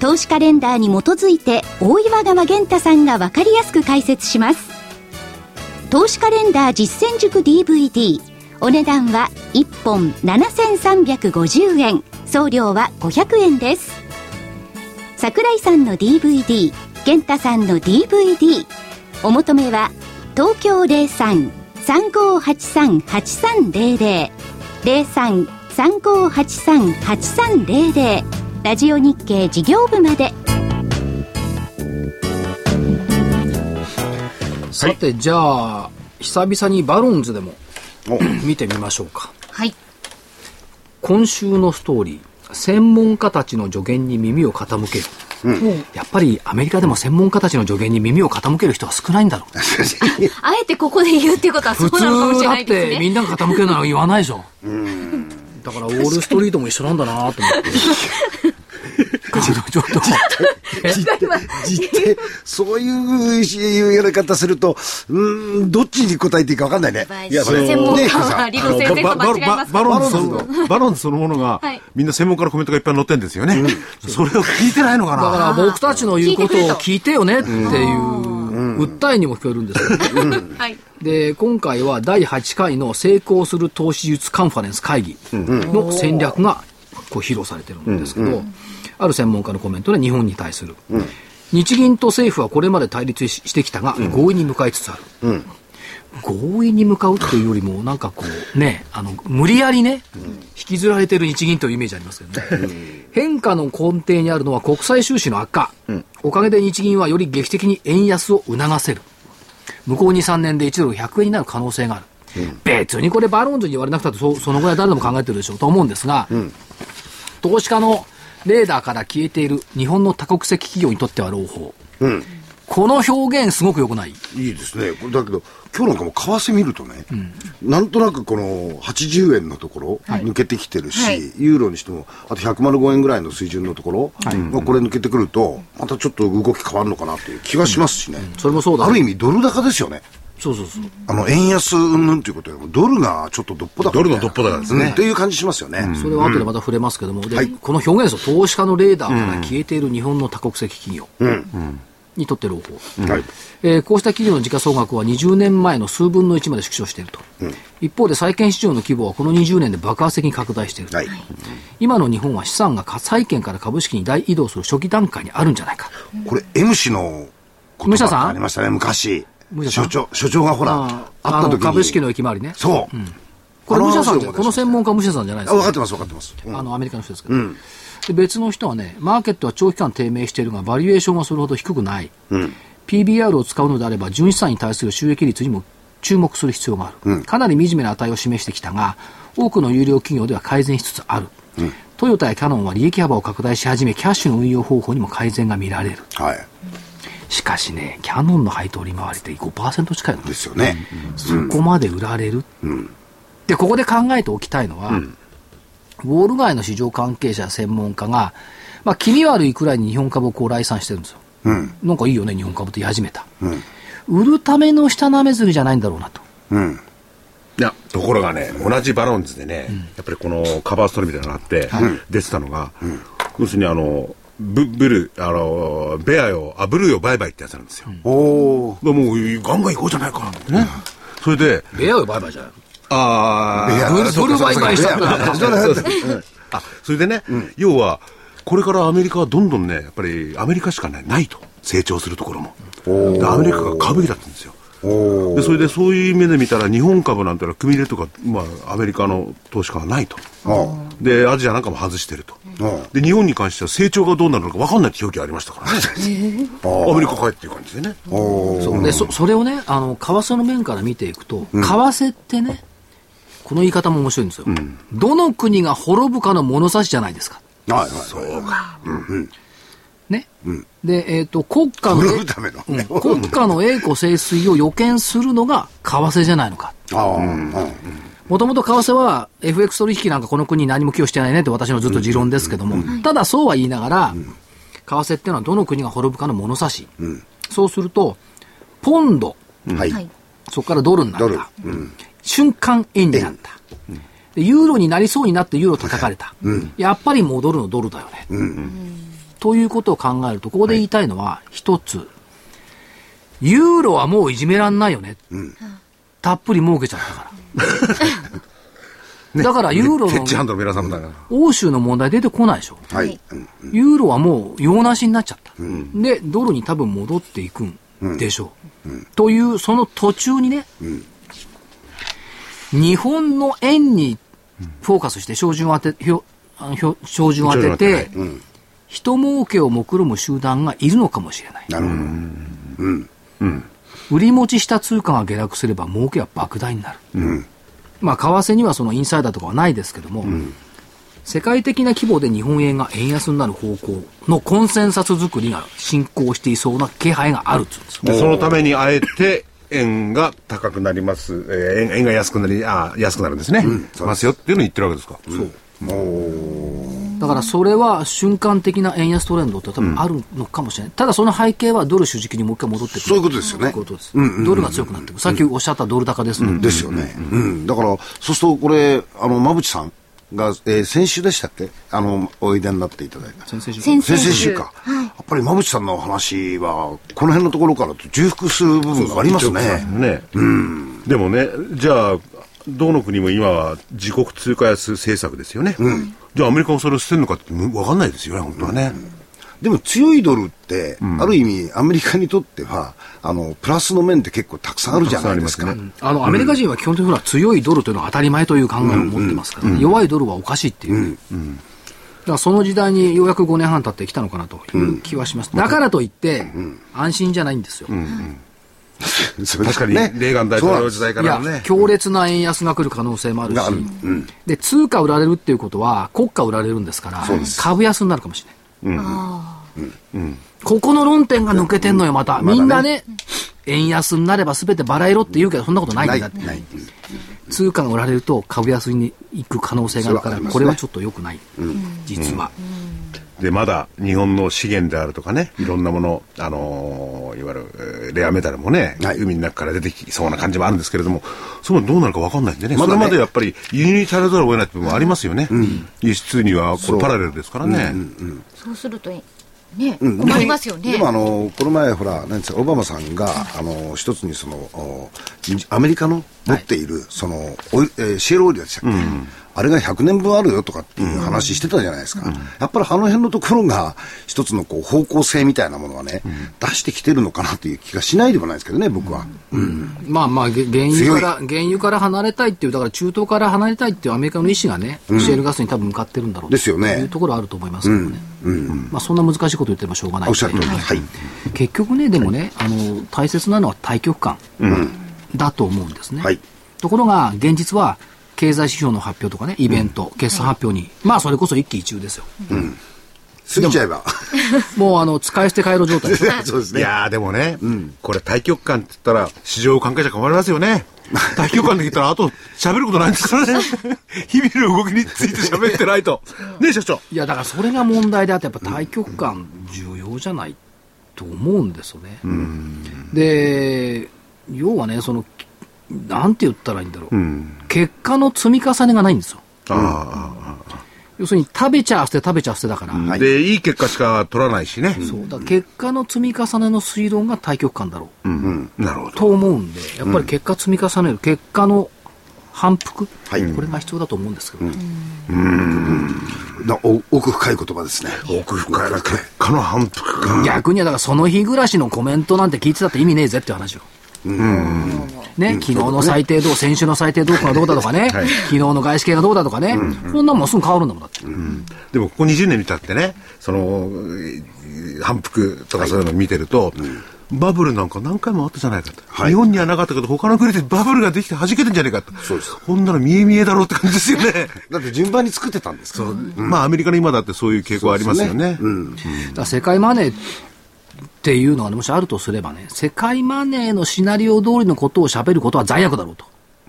F: 投資カレンダーに基づいて大岩川源太さんが分かりやすく解説します投資カレンダー実践塾 DVD お値段は1本7350円送料は500円です桜井さんの DVD 健太さんの DVD お求めは東京03-3583-8300 03-3583-8300ラジオ日経事業部まで
D: さて、じゃあ、久々にバロンズでも
C: お
D: 見てみましょうか。
B: はい。
D: 今週のストーリー専門家たちの助言に耳を傾ける、やっぱりアメリカでも専門家たちの助言に耳を傾ける人は少ないんだろう
B: あえてここで言うっていうことはそう
D: 普
B: なのかも
D: 通
B: しれ
D: だ
B: な
D: っ
B: いで
D: て
B: す
D: み
B: ね。
D: んなが傾けるなら言わないでしょだからウォールストリートも一緒なんだなと思ってちょっと、 <laughs> ちょっと、
C: 実って、実って、そういうしやり方すると、うーん、どっちに答えていいか分かんないね。
B: い
E: いやその
B: 専門家
C: ねえ菊さ
B: は
C: ん
B: 理論先生と間違えます
E: バ
B: か
E: ロン
B: ら
E: ズその、バロンズそのものが、みんな専門家のコメントがいっぱい載ってんですよね。それを聞いてないのか
D: だか
E: な
D: ら僕たちの言うことを聞いてよねっていう訴えにも聞こえるんですよ。
B: はい
D: で、今回は第8回の成功する投資術カンファレンス会議の戦略がこう披露されてるんですけど、ある専門家のコメントで日本に対する、日銀と政府はこれまで対立ししてきたが、合意に向かいつつある。合意に向かうっていうよりも、なんかこうね、あの、無理やりね、引きずられてる日銀というイメージありますけどね。変化の根底にあるのは国際収支の悪化。おかげで日銀はより劇的に円安を促せる。向こうに3年で1ドル100円になる可能性がある。別にこれバロンズに言われなくたってそそのぐらい誰でも考えてるでしょうと思うんですが、投資家のレーダーから消えている日本の多国籍企業にとっては朗報。この表現すごく良くない
C: いいですね。これだけど、今日なんかも為替見るとね、なんとなくこの80円のところ、抜けてきてるし、
B: はい
C: ユーロにしても、あと105円ぐらいの水準のところ、まあこれ抜けてくると、またちょっと動き変わるのかなっていう気がしますしね。
D: それもそうだ
C: ある意味、ドル高ですよね。
D: そうそうそう。
C: あの、円安云々ということよりも、ドルがちょっとどっぽだ
E: ドルのどっぽだからですね
C: うんっていう感じしますよね。
D: それは後でまた触れますけども、で
C: はい
D: この表現ですよ投資家のレーダーから消えている日本の多国籍企業にとって朗報。
C: はい。
D: えーこうした企業の時価総額は20年前の数分の1まで縮小していると、一方で債券市場の規模はこの20年で爆発的に拡大していると、
C: はい。
D: 今の日本は資産が債券から株式に大移動する初期段階にあるんじゃないか
C: これ、M 氏の
D: 武
C: 言
D: 者
C: 葉
D: さん
C: がありましたね、昔
D: 武。者さん
C: 所長、所長がほら、あった
D: の
C: 時に。
D: 株式の駅周りね
C: そう。
D: これ武者さん
C: あの話を思い出しました
D: この専門家は武者さんじゃないで
C: あ
D: す
C: 分か
D: か
C: ってます分かってます、うん
D: あのアメリカの人ですけど、で別の人はねマーケットは長期間低迷しているがバリエーションはそれほど低くない、PBR を使うのであれば純資産に対する収益率にも注目する必要がある、かなり惨めな値を示してきたが多くの有料企業では改善しつつある、トヨタやキャノンは利益幅を拡大し始めキャッシュの運用方法にも改善が見られる
C: はい
D: しかしねキャノンの配当利回りって5%近いの
C: ですよね、
D: そこまで売られる、でここで考えておきたいのは、ウォール街の市場関係者や専門家が、まあ、気味悪いくらいに日本株をこう来散してるんですよ、
C: うん
D: なんかいいよね日本株って言い始めた、売るための下なめずりじゃないんだろうなと
C: うん
E: いや、ところがね、同じバロンズでね、やっぱりこのカバーストーリーみたいなのがあって、出てたのが、要するにあの、ブブル、あの、ベアよ、あ、ブルーよ、バイバイってやつなんですよ。
C: おお
E: だからもう、ガンガン行こうじゃないかってね。それで、
D: レアよバイバイじゃない
E: あー
C: いや
D: ブルブルーバイバイしちゃったら
E: そうそうそうそう <laughs> あ、それでね、要は、これからアメリカはどんどんね、やっぱりアメリカしかね、ないと。成長するところも。でアメリカが株べきだったんですよ。
C: おお
E: でそれでそういう目で見たら日本株なんてのは組み入れとか、まあ、アメリカの投資家はないと
C: あ
E: でアジアなんかも外してると
C: あ
E: で日本に関しては成長がどうなるのか分かんないって表記ありましたからねアメリカ帰っていう感じでね
C: おお
D: でそそれをねあの為替の面から見ていくと、為替ってねこの言い方も面白いんですよ、どの国が滅ぶかの物差しじゃないですか
C: はいそうか
D: ね、で、えっと国家の
C: 売るための
D: うん国家の栄枯盛衰を予見するのが為替じゃないのか
C: ああ、うん
D: もともと為替は FX 取引なんかこの国に何も寄与してないねって私のずっと持論ですけども、ただそうは言いながら、為替っていうのはどの国が滅ぶかの物差し、そうするとポンド
C: はい、
B: はい
D: そこからドルにな
C: ド
D: っ
C: ル
D: た、瞬間円になった、でユーロになりそうになってユーロ叩かれた、やっぱり戻るのドルだよね、ということを考えるとここで言いたいのは一つ、ユーロはもういじめらんないよね、たっぷり儲けちゃったから、 <laughs> だからユーロ
E: テッチ
D: の
E: ハンドの皆さんみたいな、
D: 欧州の問題出てこないでしょ
C: はいうん
D: ユーロはもう用なしになっちゃった。で、ドルに多分戻っていくんでしょう。という、その途中にね、日本の円にフォーカスして照準を当て、ひょあのひょ照準を当てて、人儲けを目論む集団がいるのかもしれない。
C: なるほど、
D: 売り持ちした通貨が下落すれば儲けは莫大になる、まあ為替にはそのインサイダーとかはないですけども、世界的な規模で日本円が円安になる方向のコンセンサス作りが進行していそうな気配があるっつうんですよ
E: でそのためにあえて円が高くなります、えー円円が安くなりあー安くなるんですね、ますよっていうのを言ってるわけですか、
C: おお
D: だからそれは瞬間的な円安トレンドって多分あるのかもしれない、ただその背景はドル主軸にもう一回戻ってくる
C: そういうことですよね
D: ということですドルが強くなってくる、さっきおっしゃったドル高ですもん、
C: ですよね。うん。だから、そうすると、これ、あの、馬淵さんが、えー先週でしたっけあの、おいでになっていただいた。先
D: 先々週
B: 先々週
C: 々週か。やっぱり馬淵さんの話は、この辺のところからと重複する部分がありますね。
E: ね、でもね、じゃあ、どの国も今は自国通貨安政策ですよね。じゃあ、アメリカもそれを捨てるのかって分かんないですよね、本当はね。
C: でも強いドルって、ある意味、アメリカにとっては、あの、プラスの面って結構たくさんあるじゃないです
E: たく
C: か
E: さんあ
C: <laughs>
E: り。
D: あのアメリカ人は基本的には強いドルというのは当たり前という考えを持ってますから、弱いドルはおかしいっていう、だからその時代にようやく5年半経ってきたのかなという気はします、だからといって、安心じゃないんですよ、
E: 確かに、レーガン大統領時代か
D: いや
E: らのね。
D: 強烈な円安が来る可能性もあるし、
C: がある
D: で通貨売られるっていうことは、国家売られるんですから、株安になるかもしれない。ここの論点が抜けてんのよ、また。みんなね、円安になれば全てバラ色って言うけど、そんなことないんだって。
C: ないない
D: 通貨が売られると株安に行く可能性があるか
C: そ
D: ら、
C: れはありますね
D: これはちょっと良くない、実は。
E: で、まだ日本の資源であるとかね、いろんなもの、あのーいわゆるえーレアメタルもね、
C: はい
E: 海の中から出てきそうな感じもあるんですけれども、そういうのどうなるか分かんないんでね、
C: ま
E: ま
C: だ
E: だ
C: ね
E: までやっぱり輸入に頼らざるを得ない部分もありますよね。輸出にはこれパラレルですからね。
B: そうするとね、ね
C: うん
B: 困りますよ
C: で
B: ね。
C: もあのこの前ほらなんですかオバマさんがあの一つにそのおアメリカの持っている、そのオイルえーシェールオイルでしたっけ、あれが100年分あるよとかっていう話してたじゃないですか、やっぱりあの辺のところが一つのこう方向性みたいなものはね、出してきてるのかなという気がしないでもないですけどね僕は、
D: まあまあ、げ原油から、原油から離れたいっていう、だから中東から離れたいっていうアメリカの意思がね、シェールガスに多分向かってるんだろうと
C: ですよね
D: いうところはあると思いますけどね。まあそんな難しいこと言ってもしょうがないん
C: おっ
D: で
C: しゃる通りはい、
D: 結局ね、でもね、あの、大切なのは大局観だと思うんですね。
C: はい
D: ところが、現実は、経済指標の発表とかね、イベント、決算発表に、まあそれこそ一喜一憂ですよ。
C: 過ぎちゃえば
D: もうあの、使い捨て回路状態ですよ
C: <laughs> そうです
E: い
C: ね
E: やーでもね、これ対局観って言ったら市場関係者変わります
C: <laughs>
E: よね。対局観で言ったらあと喋ることないんですからね。日々の動きについて喋ってないと。ねえ社長。
D: いやだからそれが問題であってやっぱ大局観重要じゃないと思うんですよね。で要はねそのなんて言ったらいいんだろう、結果の積み重ねがないんですよ。
E: あ
D: 要するに食べちゃあ捨て食べちゃあ捨てだから、
E: あ、で、いい結果しか取らないしね。
D: そうだから結果の積み重ねの推論が大局観だろう、
E: なるほど。
D: と思うんでやっぱり結果積み重ねる、結果の反復、これが必要だと思うんですけどね、
C: なお奥深い言葉ですね
E: 奥深いな結果の反復か。
D: 逆にはだからその日暮らしのコメントなんて聞いてたって意味ねえぜっていう話を。ね、昨日の最低どう、先週の最低どうがどうだとかね、
E: はい
D: 昨日の外資系がどうだとかね、こんなもんすぐ変わるんだもんだって。
E: でもここ20年に経ってね、その、えー反復とかそういうのを見てると、バブルなんか何回もあったじゃないかと、
C: はい
E: 日本にはなかったけど、他の国でバブルができて弾けてんじゃねえかと。
C: そうです
E: こんなの見え見えだろうって感じですよね。
C: だって順番に作ってたんですから
E: まあアメリカの今だってそういう傾向ありますよね。
C: うん
D: だから世界マネーっていうのが、もしあるとすればね、世界マネーのシナリオ通りのことを喋ることは罪悪だろうと。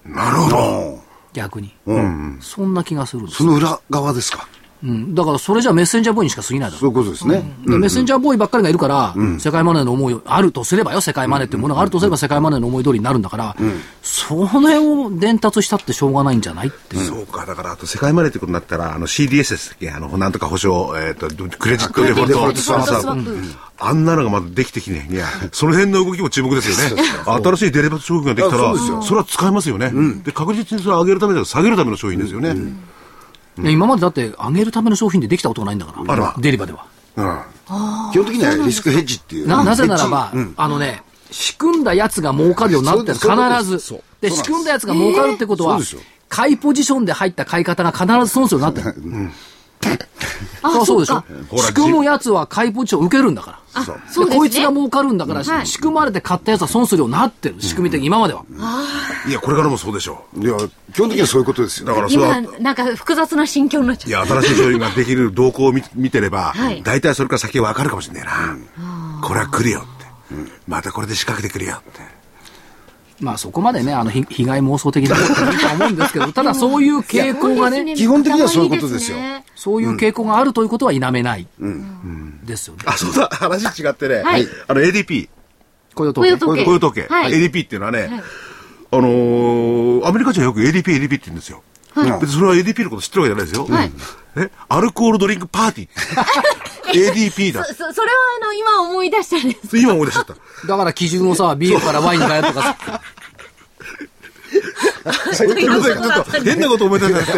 C: なるほど
D: 逆に。
C: うん、
D: そんな気がするんです
C: そ
D: よ。
C: の裏側ですか
D: うん。だからそれじゃメッセンジャーボーイにしか過ぎないだろう
C: そういうことですね、
D: でメッセンジャーボーイばっかりがいるから、世界マネーの思い、あるとすればよ、世界マネーっていうものがあるとすれば、世界マネーの思い通りになるんだから、それを伝達したってしょうがないんじゃないっていう。
E: そうか、だから、あと世界マネーってことになったら、あの CDS ですっけ、あの、なんとか保証、えっ、と、クレジットデフ
C: クレジッ
E: ォル
C: トデフォル
E: ト
C: ト
E: ス
C: スワ
E: ワ
C: ッ
E: ッ
C: プ
E: プ。あんなのがまだできてきね。いや、その辺の動きも注目ですよね。新しいデリバート商品ができた
C: あそう
E: ら、
C: です
E: そ
C: よ
E: れは使えますよね、で、確実にそれを上げるためじゃなくて下げるための商品ですよね。
D: ね今までだって、上げるための商品でできたことがないんだから、
E: あら
D: デリバでは。
E: うん
C: 基本的にはリスクヘッジっていう。
D: ななぜなら
C: ヘッ
D: ば
C: ジうん、
D: あのね、仕組んだやつが儲かるようになってる、
C: そうです
D: 必ず
C: そうで
D: で、
C: す。そう
D: 仕組んだやつが儲かるってことは
C: そうですよ、
D: 買いポジションで入った買い方が必ず損するようになってる。
B: あ
D: そりゃそうでし
B: そ
D: ょ
B: っか。
E: ほら
D: 仕組むやつは買いポジション受けるんだから。
B: あ、
D: で
B: そうですね。
D: こいつが儲かるんだから、
B: はい
D: 仕組まれて買ったやつは損するようになってる、仕組み的に今までは。
E: いや、これからもそうでしょ
C: いや、基本的にはそういうことです
E: う。
C: よ。
E: だから、それは
B: 今、なんか複雑な心境になっちゃ
E: い
B: っ
E: や、新しい商品ができる動向を見見てれば
B: はい、
E: 大体それから先は分かるかもしれないな。これは来るよって。またこれで仕掛けてくるよって。
D: まあそこまでね、あの、ひ被害妄想的なことはないと思うんですけど、ただそういう傾向がね、
C: 基本的にはそういうことですよ
B: ね
D: そういう傾向があるということは否めない。ですよね。
E: あ、そうだ、話違ってね。
B: はい
E: あの、ADP、
D: 雇用
B: 雇
D: 統計
B: 用。統計。
E: 雇用統計。
B: はい
E: ADP っていうのはね、あのーアメリカ人はよく ADP、ADP って言うんですよ。
C: はい
E: 別にそれは ADP のこと知ってるわけじゃないです
B: は
E: よ。
B: い
E: えアルコールドリンクパーティー。ADP だ。
B: そ、そ、それはあの、今思い出したんです。
E: 今思い出しちゃった。
D: だから基準をさ、ビールからワインに変えるとかさ、
E: ちょっと変なこと思い出しちゃって、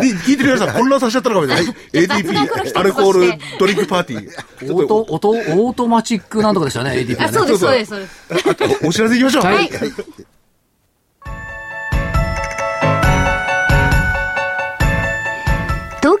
E: 聞いてる皆さん混乱させちゃったのかもしれない。ADP、アルコールドリンクパーティ
D: オ
E: ー。ちょ
D: ー
E: っと
D: ト、オート、オートマチックなんとかでしたね、ADP
B: あ、
D: はね
B: そうです、そうです、そうです。
E: お知らせいきましょう。
D: はい
F: 東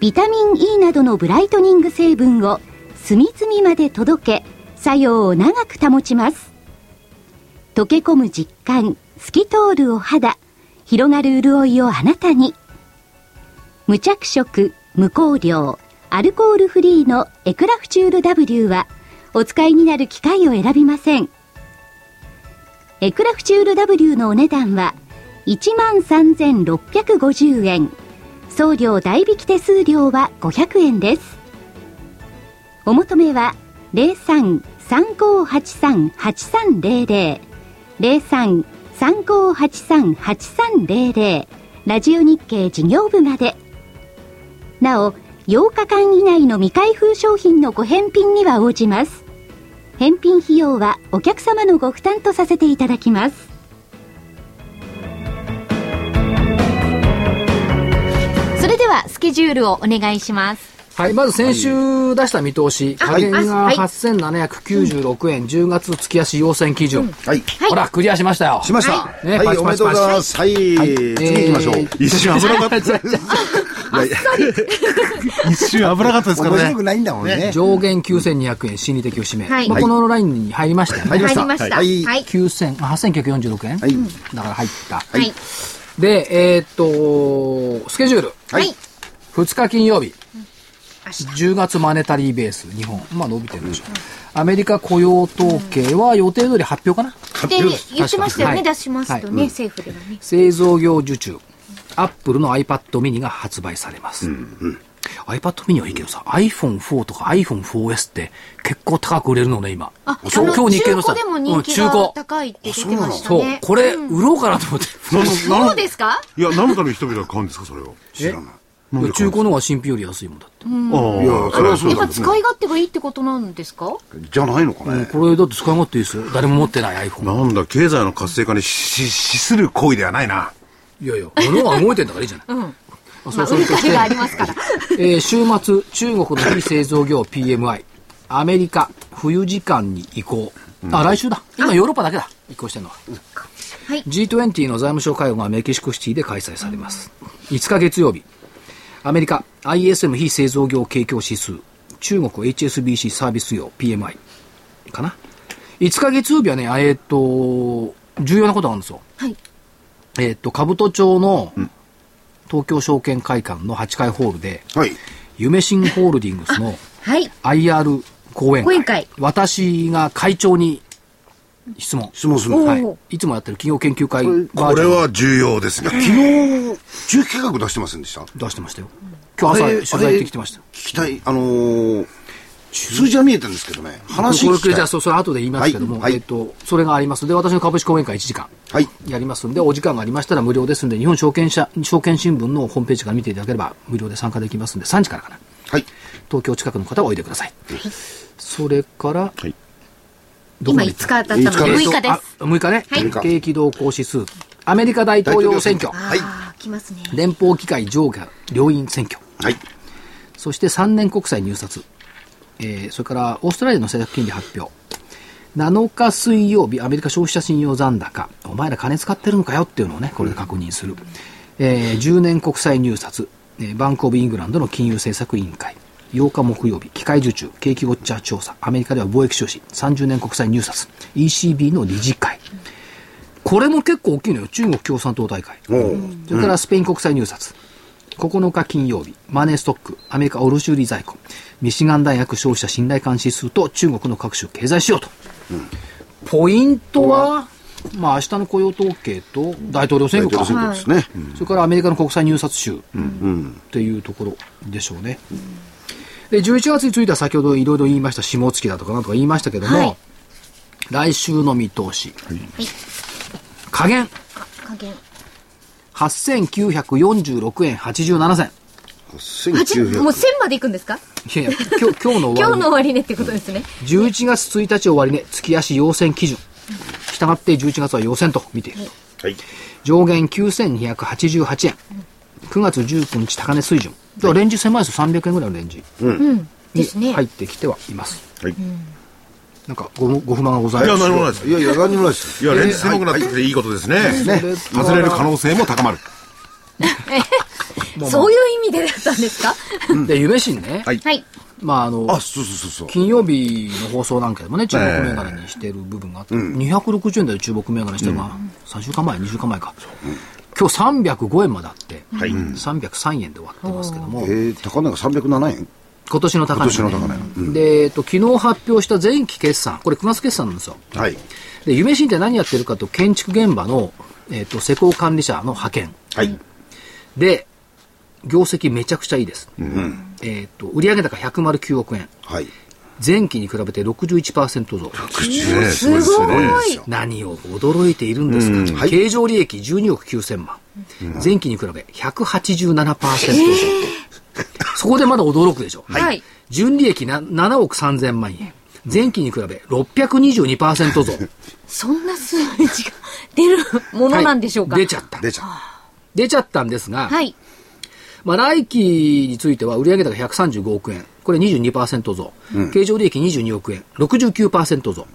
F: ビタミン E などのブライトニング成分を隅々まで届け作用を長く保ちます溶け込む実感透き通るお肌広がる潤いをあなたに無着色無香料アルコールフリーのエクラフチュール W はお使いになる機会を選びませんエクラフチュール W のお値段は13,650円送料代引き手数料は500円ですお求めは03-3583-8300 03-3583-8300ラジオ日経事業部までなお8日間以内の未開封商品のご返品には応じます返品費用はお客様のご負担とさせていただきます
B: それでは、スケジュールをお願いします。
D: はい、まず先週出した見通し、加減が8796円、10月月足要請基準。
C: はい。
D: ほら、クリアしましたよ。
C: しました。
D: いね
C: はい、
D: パチ
C: お
D: パ
C: め
D: チパチ
C: でとうございます。はい。次行きましょう。
D: えー
E: 一瞬危なかった。一瞬危なかったですから
C: 面白
E: ね
C: く。ないんだもんね。
D: 上限9200円、心理的指名。
B: はい
D: まあ、このラインに入りましたよね。
C: 入りました。
B: 入りました。は。
C: はいい。
B: はい。
D: 9000、あ8946円、
C: はい
D: だから入った。
B: はい。
D: で、えーっと、スケジュール。
B: はい。
D: 2日金曜日。
B: 明日
D: 10月マネタリーベース、日本。まあ伸びてるでしょう。アメリカ雇用統計は予定通り発表かな、
B: で、言ってましたよね、
D: はい
B: 出しますとね、
D: は
B: 政府ではね。
D: 製造業受注。アップルの iPad mini が発売されます。iPad mini はいいけどさ、iPhone4 とか iPhone4S って結構高く売れるのね、今。
B: あ、あ
D: そう
B: の、
D: 今日日経
B: 中
D: のさ
B: 古でも人気
D: うん中
B: が
D: 古
B: 高いって出てました
D: そう
B: ね。、
D: これ、売ろうかなと思って。
E: な
B: そうですか
E: いや、何のために人々が買うんですか、それを。
C: 知らない。
E: なんで
D: 中古の方が新品より安いもんだって。
E: ああ、
C: いやそれはそう
B: やっ
C: だ
B: ぱ使い勝手がいいってことなんですか
C: じゃないのか
D: うん
C: ね。
D: これだって使い勝手いいですよ。誰も持ってない iPhone。
E: なんだ、経済の活性化に資資する行為ではないな。
D: いやいや、物が動いてんだからいいじゃない。あそ
B: ま
D: う
B: あ、
D: そ
B: 売
D: れ
B: り
D: と
B: 買いがありますから。
D: えー週末、中国の非製造業 PMI、アメリカ、冬時間に移行。あ、来週だ。今ヨーロッパだけだ。移行してるのは。
B: はい
D: G20 の財務省会合がメキシコシティで開催されます。5日月曜日、アメリカ ISM 非製造業景況指数、中国 HSBC サービス業 PMI かな。5日月曜日はね、あえーっと、重要なことがあるんですよ。
B: はい。
D: えーっと、兜町の東京証券会館の8階ホールで、
C: はい。
D: 夢新ホールディングスの
B: はい。
D: IR 講演
B: 講
D: 会
B: 演会
D: 私が会長に質問、
C: 質問する
B: お
C: の。
B: ー
C: はい
D: はい、いつもやってる企業研究会バージ
E: これ
D: ョン
E: は重要ですね。
C: 昨日、中期企画出してませんでした聞
D: 出してましたよ今日朝取材行ってきてました
C: きたい、あのー、数字は見えてるんですけどね。話
D: こ
C: 聞
D: れ
C: き
D: じ
C: た
D: ゃあ
C: い。
D: そそれ後で言いますけども、
C: はいはい
D: えっとそれがありますで私の株式講演会1時間
C: はい。
D: やりますんでお時間がありましたら無料ですんで日本証券社証券新聞のホームページから見ていただければ無料で参加できますんで3時からかな
C: はい。
D: 東京近くの方はおいでください、それから、
E: はい
D: どこま
B: 今
D: で行っ
B: 5日だったので、
C: 五日
B: 6日です。
D: あ6日ね、
B: はい
D: 景気動向指数、アメリカ大統領選挙、
C: はい。
B: ああ、来ますね。
D: 連邦議会上下両院選挙、
C: はい。
D: そして3年国債入札、えーそれからオーストラリアの政策金利発表、 7日水曜日、アメリカ消費者信用残高、お前ら金使ってるのかよっていうのをね、これで確認する。えー10年国債入札、えーバンクオブイングランドの金融政策委員会、8日木曜日、機械受注、景気ウォッチャー調査、アメリカでは貿易収支、30年国債入札、ECB の理事会。これも結構大きいのよ。中国共産党大会。
C: おう
D: それからスペイン国際入札。9日金曜日、マネーストック、アメリカ卸売在庫、ミシガン大学消費者信頼感指数と中国の各種経済指標と。ポイントは、まあ明日の雇用統計と大統領選
C: 大
D: 挙
C: 統領
D: か。
C: 選挙ですね。うん
D: それからアメリカの国際入札集っていうところでしょうね。で11月については先ほどいろいろ言いました下月だとかなんとか言いましたけども、
B: はい
D: 来週の見通し、加減
B: 加減
D: 8946円87銭
B: 8
C: 1900
B: もう1000までいくんですか
D: いやいや <laughs> 今日今日の終わ
B: 今日
D: り
B: の終値ってことですね
D: 11月1日終わりね月足要線基準したがって11月は要線と見ていると
C: はい。
D: 上限9288円9月19日高値水準だからレンジ狭いですよ300円ぐらいのレンジ
B: ですね
D: に入ってきてはいます
E: はい。
D: なんかごご不満がござい
E: い
D: ま
E: や、
D: す
E: 何もないです。
C: いやいや、何にもないです。
E: いや、レンジ狭くなってきていいことですね。
D: ね
E: 外れる可能性も高まる。
B: そういう意味でだったんですか
D: で夢新ね、
E: はい
B: はい
D: まああの
C: あ、そうそうそうそう。
D: 金曜日の放送なんかでもね、中国銘柄にしてる部分があって、260円台で中国銘柄にしてるのが、3週間前、2週間前か。今日305円まであって、
E: い
D: 303円で終わってますけども
C: え、ー、高値が307円
D: 今年の高値、ね。
C: 今年の高値
D: で、えっと、昨日発表した前期決算、これ9月決算なんですよ。
C: はい。
D: で、夢新って何やってるかと、建築現場の、えっと、施工管理者の派遣。
C: はい。
D: で、業績めちゃくちゃいいです。えっと、売上高109億円。
C: はい。
D: 前期に比べて61%増。
E: ね
B: すごい
E: です
D: 何を驚いているんですか、
C: はい
D: 経常利益12億9000万、前期に比べ187%増、そこでまだ驚くでしょ、
B: はい
D: 純利益な7億3000万円前期に比べ622%増
B: <laughs> そんな数値が出るものなんでしょうか
D: はい出ちゃった
C: 出ちゃ
D: 出ちゃったんですが、
B: はい
D: まあ、来期については売上高135億円これ22%増、経常利益22億円69%増、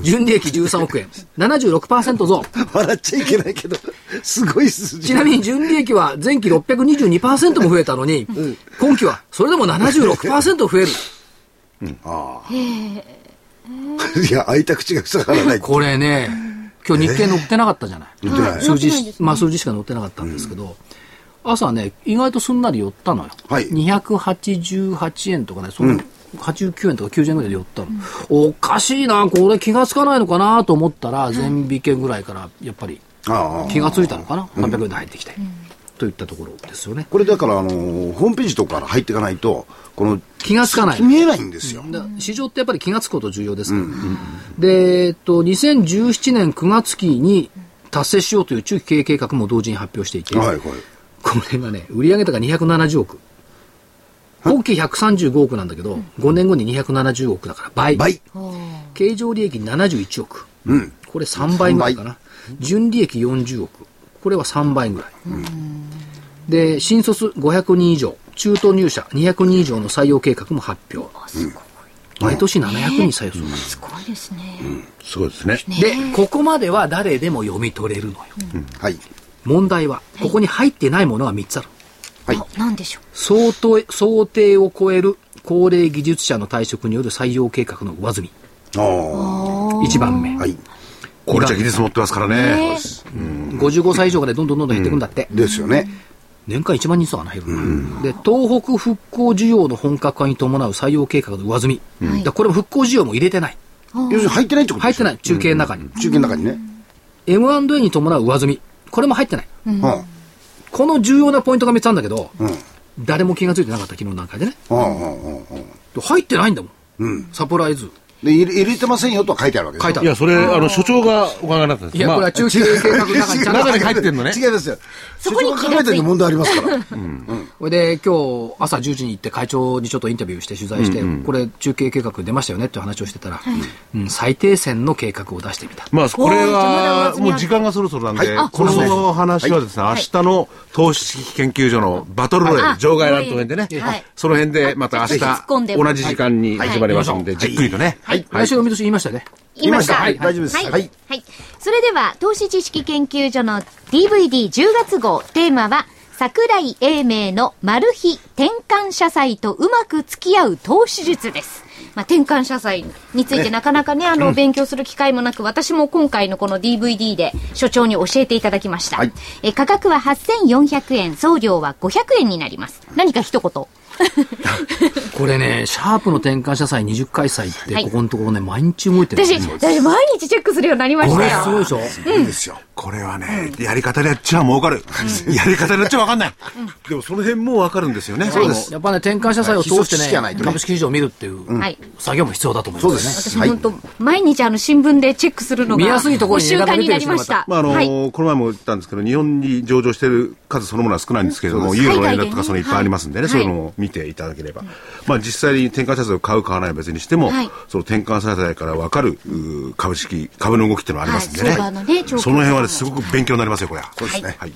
D: 純利益13億円76%増
C: った。 <laughs> 笑っちゃいけないけど、すごい数字。
D: ちなみに純利益は前期622%も増えたのに、今期はそれでも76%増える。
C: <laughs> いや、開いた口が塞がらない。
D: これね、今日日経載ってなかったじゃない。
C: えーはい
D: 数字
B: 載ってないで
D: し、まあ数字しか載ってなかったんですけど、朝ね、意外とすんなり寄ったのよ。
C: はい
D: 288円とかね、その89円とか90円ぐらいで寄ったの。おかしいな、これ気がつかないのかなと思ったら、前引けぐらいから、やっぱり
C: ああ
D: 気がついたのかな ?300 円で入ってきて。といったところですよね。
C: これだから、あのーホームページとかから入っていかないと、この、
D: 気がつかない。
C: 見えないんですよ。
D: だ市場ってやっぱり気がつくこと重要ですから、で、えっと、2017年9月期に達成しようという中期経営計画も同時に発表していて、
C: はい、はい。
D: これがね、売上高270億。今期135億なんだけど、5年後に270億だから倍。
C: 倍。
D: 経常利益71億。
C: うん。
D: これ3倍ぐらいかな。純利益40億。これは3倍ぐらい。で、新卒500人以上、中途入社200人以上の採用計画も発表。毎年700人採用する。
B: すごいですね
E: すごいですね。
D: で、ここまでは誰でも読み取れるのよ。
C: はい。
D: 問題は、ここに入ってないものが3つある。
C: はい。
B: あなんでしょう
D: 想定想定を超える高齢技術者の退職による採用計画の上積
C: あ
D: み。1番目
C: あ。。はい。
E: これじゃ技術持ってますからね。
D: 55歳以上がね、どんどんどんどん減っていくんだって。
C: ですよね。
D: 年間1万人相は減る、で、東北復興需要の本格化に伴う採用計画の上積み。だからこれも復興需要も入れてない。
C: 要するに入ってないってこと
D: 入
C: で
D: っ
C: す
D: てない、中継の中に。
C: 中継の中にね。
D: M&A に伴う上積み。これも入ってない。
C: うん。あ
D: この重要なポイントが3つあるんだけど、
C: ん
D: 誰も気がついてなかった、昨日の段階でね。
C: あ、ああ、ああ。
D: で入ってないんだもん。
C: うん。
D: サプライズ。
C: で、入れ入れてませんよとは書いてあるわけです
D: 書いてあ
E: い
D: る
E: や、。それ、あの、所長がお考えになったんです
D: いや、これは中継計画の中にちゃんと
E: 中に入ってんのね。
C: 違いますよ。
B: そこに
C: 所長が考えた時問題ありますから。
D: それで今日朝10時に行って会長にちょっとインタビューして取材して、これ中継計画出ましたよねって話をしてたら、うん、最低線の計画を出してみた。
E: まあ、これは
B: おーじゃあまだお集め
E: もう時間がそろそろなんで、
C: はいあ
E: こ
C: そうですね
E: の話はですね、明日の投資知識研究所のバトルロイヤ
B: は
E: ル、
B: い
E: 場外乱闘編でね
B: はい、
E: その辺でまた明
B: ぜひ突っ込ん
E: 日
B: で
E: 同じ時間に
B: はい
E: 始まりますんで、じっくりとね。
B: はい
D: 来週の見通し言いましたよね。
F: 言いました。
C: はい、大丈夫です。
F: はい。はい。それでは、投資知識研究所の DVD10 月号、テーマは、桜井英明のマル秘転換社債とうまく付き合う投資術です。
B: まあ、転換社債についてなかなかね、あの、勉強する機会もなく、私も今回のこの DVD で所長に教えていただきました。
C: はい
F: え価格は8400円、送料は500円になります。何か一言。
D: これね、シャープの転換社債20回祭って、
B: はい
D: ここのところね、毎日動いてるん
B: 私、
D: ですよ。
B: 私毎日チェックするようになりまし
D: こ
B: た
D: れすごい
B: よ。
D: でしょ
C: いいですよ。
E: これはね、やり方でやっちゃ儲かる。やり方でやっちゃわかんない。でもその辺もわかるんですよね。
C: そうです
D: やっぱね、転換社債を通して
C: はい基礎知識がない
D: ね、
C: とね
D: 株式市場を見るっていう
B: はい
D: 作業も必要だと思い
C: <laughs> そう
D: ま
C: です
D: よね。
C: す。
B: 私本当、毎日あの、新聞でチェックするのが、
D: 見やすいところに値
B: 習
D: 段が
B: 慣
D: 出
B: に
D: てる
B: な
D: 人
B: り
D: も
B: ま
D: ま
B: したた。
E: まああの
B: はい
E: この前も言ったんですけど、日本に上場している数そのものは少ないんですけれども、ユーロの円だとかそのいっぱいありますんでね、
B: 海
E: そ
B: 外で
E: ういう
B: ね
E: のを見ていただければ、まあ、実際に転換社債を買う、買わないは別にしても、
B: はい
E: その転換社債から分かるうー株式、株の動きっていうのはありますんでね、
B: はい相場のね状況
E: その辺はね、すごく勉強になりますよ、これは。そう
C: ですね
E: はい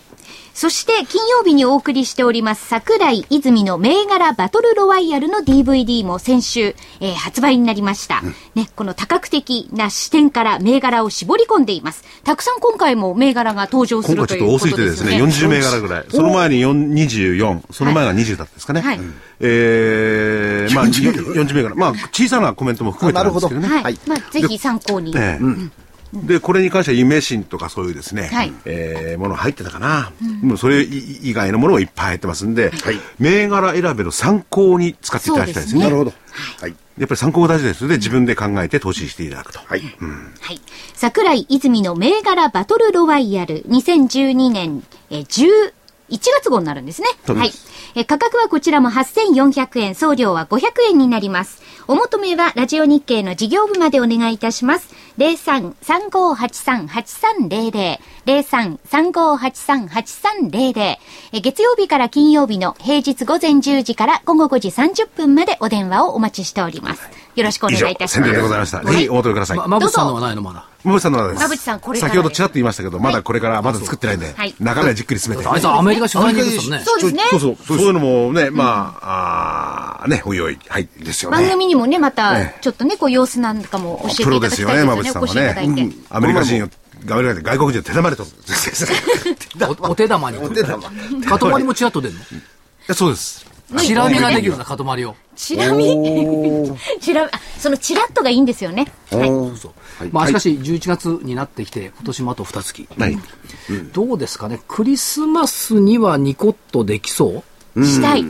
F: そして金曜日にお送りしております桜井泉の銘柄バトルロワイヤルの DVD も先週、えー発売になりました、ね、この多角的な視点から銘柄を絞り込んでいます。たくさん今回も銘柄が登場す
E: 今
F: る
E: 回
F: と
E: ちょっと
F: いう
E: 多
F: こ
E: すぎ
F: と
E: て
F: で
E: ですす
F: よ
E: ね、
F: ね。
E: 40銘柄ぐらい、その前に4 24、その前が20だったんですかね、
B: はい
E: えーまあ、40銘柄、まあ、小さなコメントも含めてなんですけどね。
F: はい。
C: はい
F: まあ、ぜひ参考に。
E: ええでこれに関しては夢心とかそういうですね、
F: はい
E: えーもの入ってたかな、もうそれ以外のものもいっぱい入ってますんで、銘柄選べの参考に使っていただきたいですね
C: なるほど。はい。
E: やっぱり参考が大事ですので自分で考えて投資していただくと、
C: はい。
F: はい。桜井泉の銘柄バトルロワイヤル2012年えー10 1月号になるんですね。
E: そう
F: は
E: で
F: い
E: す。
F: えー価格はこちらも8400円、送料は500円になります。お求めはラジオ日経の事業部までお願いいたします。03-3583-8300、03-3583-8300、えー月曜日から金曜日の平日午前10時から午後5時30分までお電話をお待ちしております。よろしくお
E: 以
F: 願
E: 上
F: いいたし
E: 宣
F: ます。
E: 伝でございました、
F: はい
E: ぜひお求めください、
D: ま、馬渕さんのはないの、まだ。
E: 馬渕さんの話です
B: 馬渕さんこれから
E: 先ほどちらっと言いましたけど、まだこれからまだ作ってないんで、
B: はい
E: 中身はじっくり詰めて、
D: あいつはアメリカ取材に行くんですもんね。
B: そうですね。
E: そうそうそういうのもねまあ,、あーねおいおいはい
C: ですよ
B: 番
C: ね。
B: 組にもね、また
E: え、
B: ちょっとね、こう、様子なんかも教えてい
E: プロ
B: た
E: で
B: だきたい
E: す
B: です
E: よ
B: よ
E: ね
B: ね、
E: 馬渕さん
B: お越し
E: は
B: いただいて
E: ね。アメリカ人をアメリカで外国人を手玉でと
D: おお手玉に。お手玉。かとまりもちらっと出る
E: えそうです。
D: の。チラ見ができるようなかとまりを。
B: ちなみに、
F: チラ、あそのチラッとがいいんですよね。
C: おー
D: そうまあ、しかし、11月になってきて、今年もあと2月。
E: はい。
D: どうですかね、クリスマスにはニコッとできそう
F: したい。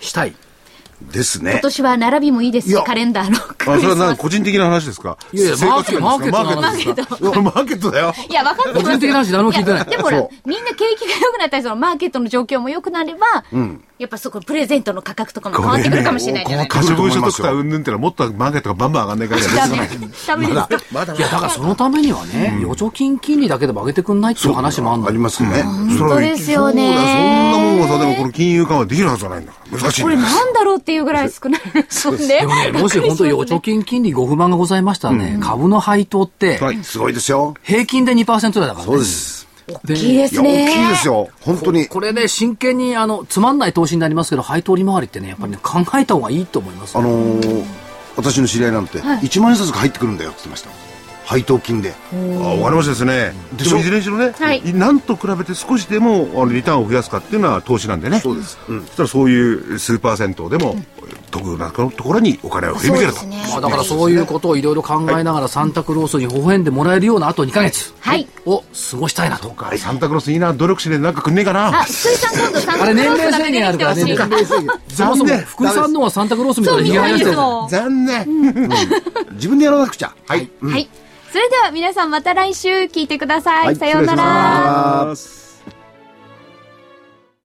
D: したい。
C: です
F: 今
C: ね。
F: 年は並びもいいです
C: いや
F: し、カレンダーの
E: あ、
F: ク
E: それ
F: リス
E: はな
F: マ
E: んか個人的な話ですか
D: いやいや
E: 生活面ですか
D: マーケット
E: マーケットですかマーケットだよ。
F: <laughs> ス。いや、分かって
D: 個人的な話誰も聞いてない
F: やでもほら
C: そ、
F: みんな景気が良くなったり、そのマーケットの状況も良くなれば、やっぱそこ、プレゼントの価格とかも変わってくるかもしれないじゃない
C: これね
E: 株分所得かうんぬんってのはもっとマーケットがバンバン上がんないから
F: ダ
E: 別
F: メ
E: の。
F: ダメですか
C: まだ
D: いや、だからそのためにはね、預貯金金利だけでも上げてくんないっていう話もあるの
C: ありますね。
E: 本
F: 当ですよ
E: そ
F: ね
E: うだそんなもんはさ、でもこの金融緩和できるはずはないんだから。難しいん
B: こ
E: だ
B: れ
E: よ
B: なんだろうっていうぐらい少ないですもんね
D: でもね、もし本当に預貯金金利ご不満がございましたらね、株の配当って、
E: はい
C: すごいですよ。
D: 平均で2%ぐらいだからね。
C: そうです。
D: で
B: いいで
C: い
B: す
C: や、大
B: ね。
C: きいですよ。本当に。
D: これね、真剣に、あの、つまんない投資になりますけど、配当利回りってね、やっぱりね、考えた方がいいと思います
C: あ
D: よ。
C: のー、私の知り合いなんて、1万円札が入ってくるんだよって言ってました。配当金で。
E: あわかりましたですね。でもいずれにしろね、
B: い
E: なんと比べて少しでもあのリターンを増やすかっていうのは投資なんでね。そうです。そしたらそういう数パーセントでも、得なところにお金を振り向けると。
D: まあだからそういうことをいろいろ考えながら、サンタクロースに微笑んでもらえるようなあと2ヶ月
F: はい
D: を過ごしたいなと。
E: あサンタクロースいいな、努力しねえなんかくんねえかな
F: あ、。福井さん今度サン
D: あれ
F: タク
D: 年
F: ロース
D: 齢制
F: が出て
D: 限あるか
F: きて
D: ら
F: ほしい。
D: ね。そもそも福井さんのはサンタクロースみたいなひげ生やしてる。
E: 残念。 <laughs>
C: 自分でやらなくちゃ。はい。
F: はい。それでは皆さんまた来週聞いてください。さようなら。
C: あー
E: ます。